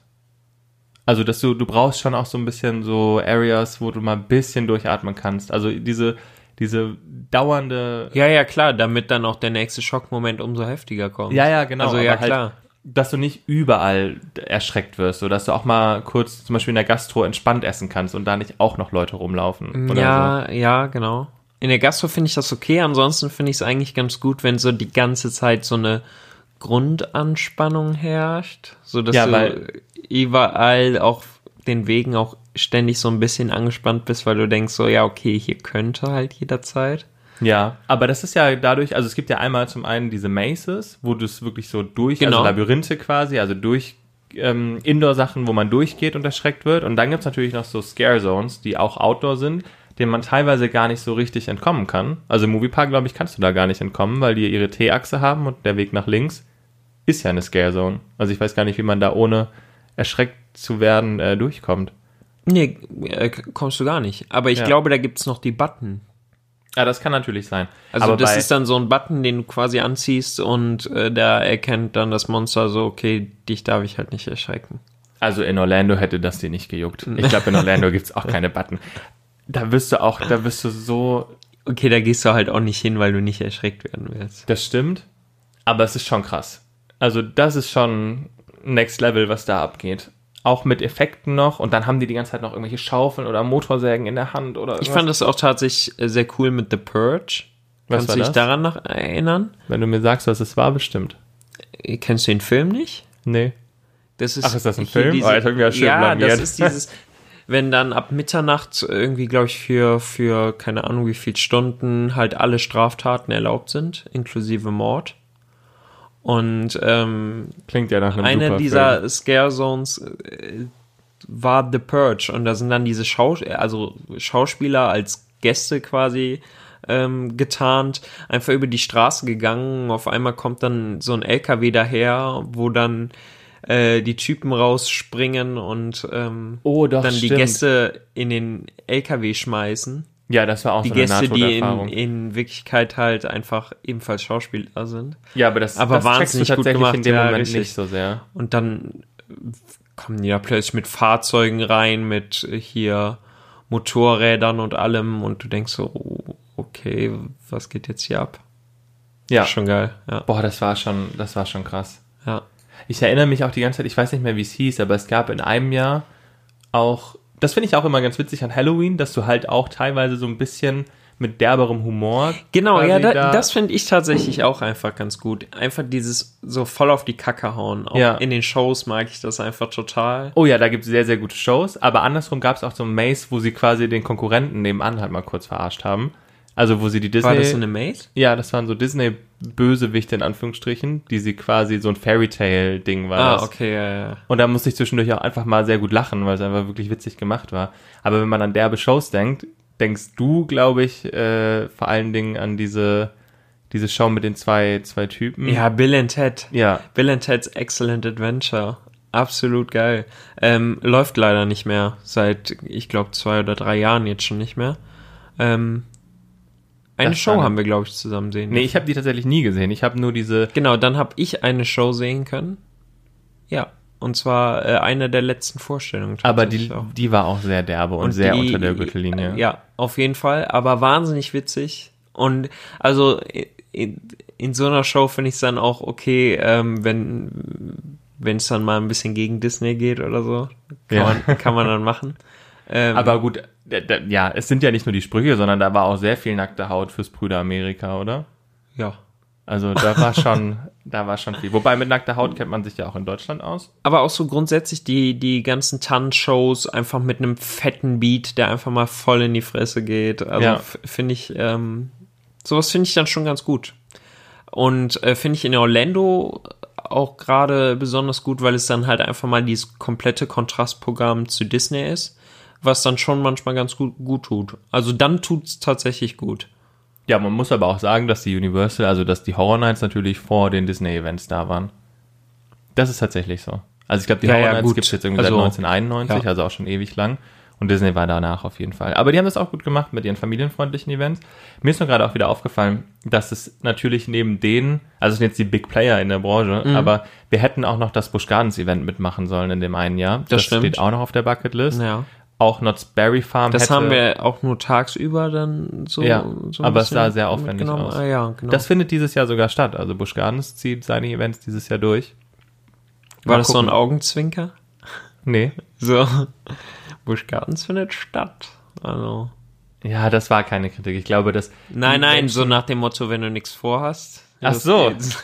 Speaker 3: Also, dass du, du brauchst schon auch so ein bisschen so Areas, wo du mal ein bisschen durchatmen kannst. Also diese, diese dauernde.
Speaker 2: Ja, ja, klar, damit dann auch der nächste Schockmoment umso heftiger kommt.
Speaker 3: Ja, ja, genau.
Speaker 2: Also, ja,
Speaker 3: aber
Speaker 2: klar.
Speaker 3: dass du nicht überall erschreckt wirst, so dass du auch mal kurz zum Beispiel in der Gastro entspannt essen kannst und da nicht auch noch Leute rumlaufen.
Speaker 2: Mm,
Speaker 3: Oder
Speaker 2: ja, ja, genau. In der Gastro finde ich das okay, ansonsten finde ich es eigentlich ganz gut, wenn so die ganze Zeit so eine Grundanspannung herrscht, so dass
Speaker 3: Ja,
Speaker 2: du
Speaker 3: weil-
Speaker 2: überall auch den Wegen auch ständig so ein bisschen angespannt bist, weil du denkst so, ja, okay, hier könnte halt jederzeit.
Speaker 3: so. Ja, aber das ist ja dadurch, also es gibt ja einmal zum einen diese Maces, wo du es wirklich so durch,
Speaker 2: Genau.
Speaker 3: also Labyrinthe quasi, also durch ähm, Indoor-Sachen, wo man durchgeht und erschreckt wird. Und dann gibt's natürlich noch so Scare Zones, die auch Outdoor sind, denen man teilweise gar nicht so richtig entkommen kann. Also im Moviepark, glaube ich, kannst du da gar nicht entkommen, weil die ihre T-Achse haben und der Weg nach links ist ja eine Scare Zone. Also ich weiß gar nicht, wie man da ohne erschreckt zu werden äh, durchkommt.
Speaker 2: Nee, äh, kommst du gar nicht. Aber ich
Speaker 3: Ja.
Speaker 2: glaube, da gibt's noch die Button.
Speaker 3: Ja, das kann natürlich sein.
Speaker 2: Also
Speaker 3: Aber
Speaker 2: das
Speaker 3: bei-
Speaker 2: ist dann so ein Button, den du quasi anziehst und äh, da erkennt dann das Monster so, okay, dich darf ich halt nicht erschrecken.
Speaker 3: Also in Orlando hätte das dir nicht gejuckt. Ich glaube, in Orlando gibt's auch keine Button. Da wirst du auch, da wirst du so,
Speaker 2: Okay, da gehst du halt auch nicht hin, weil du nicht erschreckt werden willst.
Speaker 3: das stimmt, aber es ist schon krass. Also das ist schon Next Level, was da abgeht. Auch mit Effekten noch und dann haben die die ganze Zeit noch irgendwelche Schaufeln oder Motorsägen in der Hand oder
Speaker 2: Ich fand das auch tatsächlich äh, sehr cool mit The Purge. Kannst
Speaker 3: Was war
Speaker 2: du dich
Speaker 3: das?
Speaker 2: daran noch erinnern?
Speaker 3: Wenn du mir sagst, was es war, bestimmt.
Speaker 2: Äh, Kennst du den Film nicht?
Speaker 3: Nee.
Speaker 2: Das ist,
Speaker 3: Ach, ist das ein
Speaker 2: hier
Speaker 3: Film?
Speaker 2: Diese,
Speaker 3: Oh, jetzt hab ich mich ja schön
Speaker 2: ja, das
Speaker 3: blamiert.
Speaker 2: ist dieses, wenn dann ab Mitternacht irgendwie, glaube ich, für, für keine Ahnung wie viele Stunden halt alle Straftaten erlaubt sind, inklusive Mord. Und ähm,
Speaker 3: Klingt ja nach einem
Speaker 2: einer
Speaker 3: super
Speaker 2: dieser
Speaker 3: Film.
Speaker 2: Scare Zones äh, war The Purge und da sind dann diese Schaus also Schauspieler als Gäste quasi ähm, getarnt, einfach über die Straße gegangen. Auf einmal kommt dann so ein LKW daher, wo dann äh, die Typen rausspringen und ähm,
Speaker 3: Oh, doch,
Speaker 2: dann die
Speaker 3: stimmt.
Speaker 2: Gäste in den LKW schmeißen.
Speaker 3: Ja, das war auch
Speaker 2: Die
Speaker 3: so eine
Speaker 2: Gäste, die in, E-
Speaker 3: Nahtoderfahrung.
Speaker 2: in Wirklichkeit halt einfach ebenfalls Schauspieler sind.
Speaker 3: ja, aber das,
Speaker 2: aber
Speaker 3: das checkst du
Speaker 2: wahnsinnig gut
Speaker 3: tatsächlich in
Speaker 2: gemacht,
Speaker 3: dem
Speaker 2: ja,
Speaker 3: Moment
Speaker 2: richtig.
Speaker 3: nicht so sehr.
Speaker 2: Und dann äh, kommen die da plötzlich mit Fahrzeugen rein, mit äh, hier Motorrädern und allem. Und du denkst so, oh, okay, was geht jetzt hier ab?
Speaker 3: Ja.
Speaker 2: Schon geil, ja.
Speaker 3: Boah, das war schon, das war schon krass.
Speaker 2: ja.
Speaker 3: Ich erinnere mich auch die ganze Zeit, ich weiß nicht mehr, wie es hieß, aber es gab in einem Jahr auch, das finde ich auch immer ganz witzig an Halloween, dass du halt auch teilweise so ein bisschen mit derberem Humor.
Speaker 2: Genau,
Speaker 3: quasi
Speaker 2: ja, da, das finde ich tatsächlich auch einfach ganz gut. Einfach dieses so voll auf die Kacke hauen. Auch
Speaker 3: Ja.
Speaker 2: In den Shows mag ich das einfach total.
Speaker 3: Oh ja, da gibt es sehr, sehr gute Shows, aber andersrum gab es auch so ein Maze, wo sie quasi den Konkurrenten nebenan halt mal kurz verarscht haben. Also wo sie die Disney.
Speaker 2: War das so eine Maze?
Speaker 3: ja, das waren so Disney-Bösewichte in Anführungsstrichen, die sie quasi so ein Fairy-Tale-Ding war.
Speaker 2: Ah,
Speaker 3: das.
Speaker 2: okay, ja, ja, ja.
Speaker 3: Und da musste ich zwischendurch auch einfach mal sehr gut lachen, weil es einfach wirklich witzig gemacht war. Aber wenn man an derbe Shows denkt, denkst du, glaube ich, äh, vor allen Dingen an diese, diese Show mit den zwei, zwei Typen.
Speaker 2: Ja, Bill and Ted.
Speaker 3: Ja.
Speaker 2: Bill and Ted's Excellent Adventure. Absolut geil. Ähm, läuft leider nicht mehr. Seit, ich glaube, zwei oder drei Jahren jetzt schon nicht mehr. Ähm, eine
Speaker 3: Das
Speaker 2: Show
Speaker 3: war-
Speaker 2: haben wir, glaube ich, zusammen sehen.
Speaker 3: Nee, ich habe die tatsächlich nie gesehen. Ich habe nur diese,
Speaker 2: Genau, dann habe ich eine Show sehen können. Ja. Und zwar äh, eine der letzten Vorstellungen.
Speaker 3: aber
Speaker 2: tatsächlich
Speaker 3: die,
Speaker 2: auch.
Speaker 3: die war auch sehr derbe und, sehr
Speaker 2: die- äh,
Speaker 3: unter der Gürtellinie.
Speaker 2: Ja, auf jeden Fall, aber wahnsinnig witzig. Und also in, in so einer Show finde ich es dann auch okay, ähm, wenn wenn es dann mal ein bisschen gegen Disney geht oder so. Kann,
Speaker 3: Ja.
Speaker 2: man, kann man dann machen. Ähm,
Speaker 3: Aber gut, d- d- ja, es sind ja nicht nur die Sprüche, sondern da war auch sehr viel nackte Haut fürs Brüder Amerika, oder?
Speaker 2: ja.
Speaker 3: Also da war schon, da war schon viel. Wobei mit nackter Haut kennt man sich ja auch in Deutschland aus.
Speaker 2: Aber auch so grundsätzlich die, die ganzen Tanzshows einfach mit einem fetten Beat, der einfach mal voll in die Fresse geht. Also
Speaker 3: Ja.
Speaker 2: f- finde ich, ähm, sowas finde ich dann schon ganz gut. Und äh, finde ich in Orlando auch gerade besonders gut, weil es dann halt einfach mal dieses komplette Kontrastprogramm zu Disney ist, was dann schon manchmal ganz gut, gut tut. Also dann tut es tatsächlich gut.
Speaker 3: Ja, man muss aber auch sagen, dass die Universal, also dass die Horror Nights natürlich vor den Disney-Events da waren. Das ist tatsächlich so. Also ich glaube, die
Speaker 2: Ja,
Speaker 3: Horror
Speaker 2: ja,
Speaker 3: Nights
Speaker 2: gut.
Speaker 3: gibt es jetzt irgendwie
Speaker 2: Also,
Speaker 3: seit 1991,
Speaker 2: ja.
Speaker 3: also auch schon ewig lang. Und Disney war danach auf jeden Fall. Aber die haben das auch gut gemacht mit ihren familienfreundlichen Events. Mir ist nur gerade auch wieder aufgefallen, dass es natürlich neben denen, also es sind jetzt die Big Player in der Branche,
Speaker 2: Mhm.
Speaker 3: aber wir hätten auch noch das Busch Gardens Event mitmachen sollen in dem einen Jahr. Das,
Speaker 2: stimmt.
Speaker 3: steht auch noch auf der Bucketlist.
Speaker 2: Ja.
Speaker 3: Auch Knott's Berry Farm
Speaker 2: Das
Speaker 3: hätte,
Speaker 2: haben wir auch nur tagsüber dann so.
Speaker 3: Ja,
Speaker 2: so ein
Speaker 3: aber es
Speaker 2: bisschen
Speaker 3: sah sehr aufwendig
Speaker 2: mitgenommen.
Speaker 3: aus.
Speaker 2: Ah, ja, genau.
Speaker 3: Das findet dieses Jahr sogar statt. Also Busch Gardens zieht seine Events dieses Jahr durch.
Speaker 2: War
Speaker 3: Mal
Speaker 2: das so
Speaker 3: gucken.
Speaker 2: ein Augenzwinker?
Speaker 3: Nee.
Speaker 2: So. Buschgartens findet statt. Also.
Speaker 3: Ja, das war keine Kritik. Ich glaube, das.
Speaker 2: Nein, nein, so nach dem Motto, wenn du nichts vorhast.
Speaker 3: Ach
Speaker 2: los
Speaker 3: so.
Speaker 2: geht's.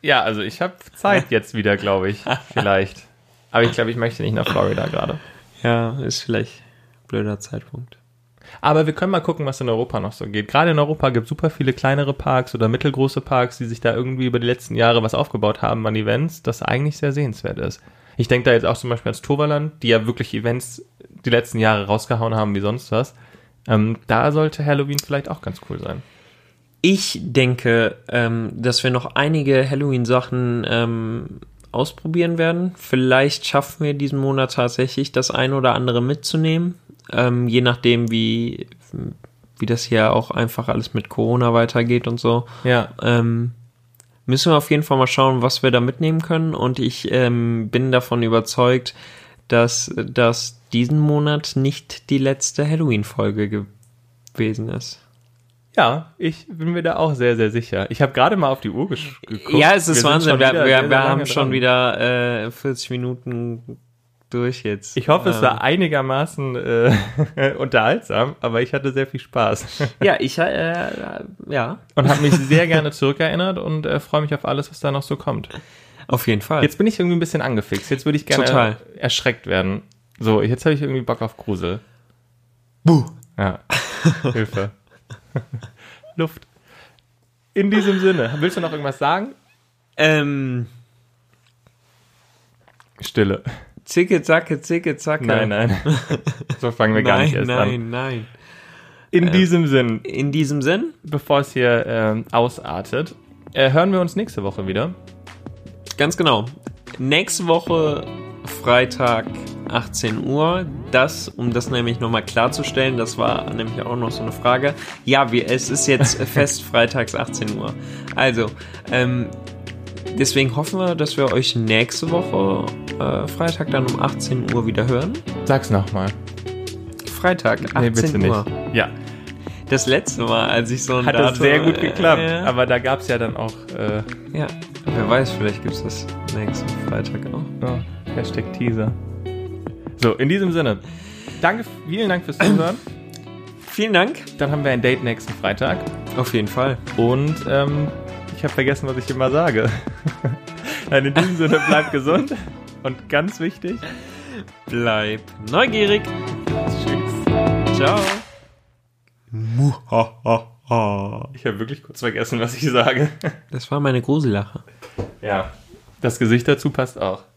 Speaker 3: Ja, also ich habe Zeit jetzt wieder, glaube ich. Vielleicht. Aber ich glaube, ich möchte nicht nach Florida gerade.
Speaker 2: Ja, ist vielleicht ein blöder Zeitpunkt.
Speaker 3: Aber wir können mal gucken, was in Europa noch so geht. Gerade in Europa gibt es super viele kleinere Parks oder mittelgroße Parks, die sich da irgendwie über die letzten Jahre was aufgebaut haben an Events, das eigentlich sehr sehenswert ist. Ich denke da jetzt auch zum Beispiel ans Toverland, die ja wirklich Events die letzten Jahre rausgehauen haben wie sonst was. Ähm, da sollte Halloween vielleicht auch ganz cool sein.
Speaker 2: Ich denke, ähm, dass wir noch einige Halloween-Sachen ähm, ausprobieren werden. Vielleicht schaffen wir diesen Monat tatsächlich das ein oder andere mitzunehmen. Ähm, je nachdem, wie, wie das hier auch einfach alles mit Corona weitergeht und so.
Speaker 3: Ja,
Speaker 2: ähm, müssen wir auf jeden Fall mal schauen, was wir da mitnehmen können. Und ich ähm, bin davon überzeugt, dass das diesen Monat nicht die letzte Halloween-Folge gewesen ist.
Speaker 3: ja, ich bin mir da auch sehr, sehr sicher. Ich habe gerade mal auf die Uhr gesch- geguckt.
Speaker 2: ja, es
Speaker 3: Wir
Speaker 2: ist
Speaker 3: sind
Speaker 2: Wahnsinn.
Speaker 3: schon
Speaker 2: Wir,
Speaker 3: wieder
Speaker 2: wir,
Speaker 3: sehr,
Speaker 2: wir
Speaker 3: sehr lange
Speaker 2: haben schon
Speaker 3: dran.
Speaker 2: wieder äh, 40 Minuten durch jetzt.
Speaker 3: Ich hoffe, es
Speaker 2: Ähm,
Speaker 3: war einigermaßen äh, unterhaltsam, aber ich hatte sehr viel Spaß.
Speaker 2: Ja, ich äh, ja,
Speaker 3: und habe mich sehr gerne zurückerinnert und äh, freue mich auf alles, was da noch so kommt.
Speaker 2: auf jeden Fall.
Speaker 3: Jetzt bin ich irgendwie ein bisschen angefixt. Jetzt würde ich gerne
Speaker 2: Total.
Speaker 3: erschreckt werden. So, jetzt habe ich irgendwie Bock auf Grusel.
Speaker 2: Buh.
Speaker 3: Ja. Hilfe. Luft. In diesem Sinne, willst du noch irgendwas sagen?
Speaker 2: Ähm,
Speaker 3: Stille.
Speaker 2: zicke, zacke, zicke, zacke.
Speaker 3: Nein, nein. So fangen wir gar nicht
Speaker 2: nein,
Speaker 3: erst an.
Speaker 2: nein, Äh, nein.
Speaker 3: In diesem Sinn,
Speaker 2: In diesem Sinn,
Speaker 3: bevor es hier ähm, ausartet, äh, hören wir uns nächste Woche wieder.
Speaker 2: Ganz genau. Nächste Woche Freitag 18 Uhr. Das, um das nämlich nochmal klarzustellen, das war nämlich auch noch so eine Frage. Ja, wir, es ist jetzt fest freitags 18 Uhr. Also, ähm, deswegen hoffen wir, dass wir euch nächste Woche äh, Freitag dann um 18 Uhr wieder hören.
Speaker 3: Sag's nochmal.
Speaker 2: Freitag 18
Speaker 3: Nee, bitte
Speaker 2: Uhr.
Speaker 3: nicht. Ja.
Speaker 2: Das letzte Mal, als ich so ein
Speaker 3: Hat das
Speaker 2: Datum,
Speaker 3: sehr gut geklappt.
Speaker 2: Äh, ja.
Speaker 3: Aber da gab's ja dann auch. Äh,
Speaker 2: ja, wer weiß, vielleicht gibt es das nächsten Freitag auch.
Speaker 3: Oh, Hashtag Teaser. So, in diesem Sinne. Danke, vielen Dank fürs Zuhören.
Speaker 2: Vielen Dank.
Speaker 3: Dann haben wir ein Date nächsten Freitag.
Speaker 2: Auf jeden Fall.
Speaker 3: Und ähm, ich habe vergessen, was ich immer sage. Nein, in diesem Sinne, bleibt gesund. Und ganz wichtig,
Speaker 2: Bleib neugierig.
Speaker 3: tschüss.
Speaker 2: Ciao.
Speaker 3: Ich habe wirklich kurz vergessen, was ich sage.
Speaker 2: Das war meine Grusellache.
Speaker 3: Ja, das Gesicht dazu passt auch.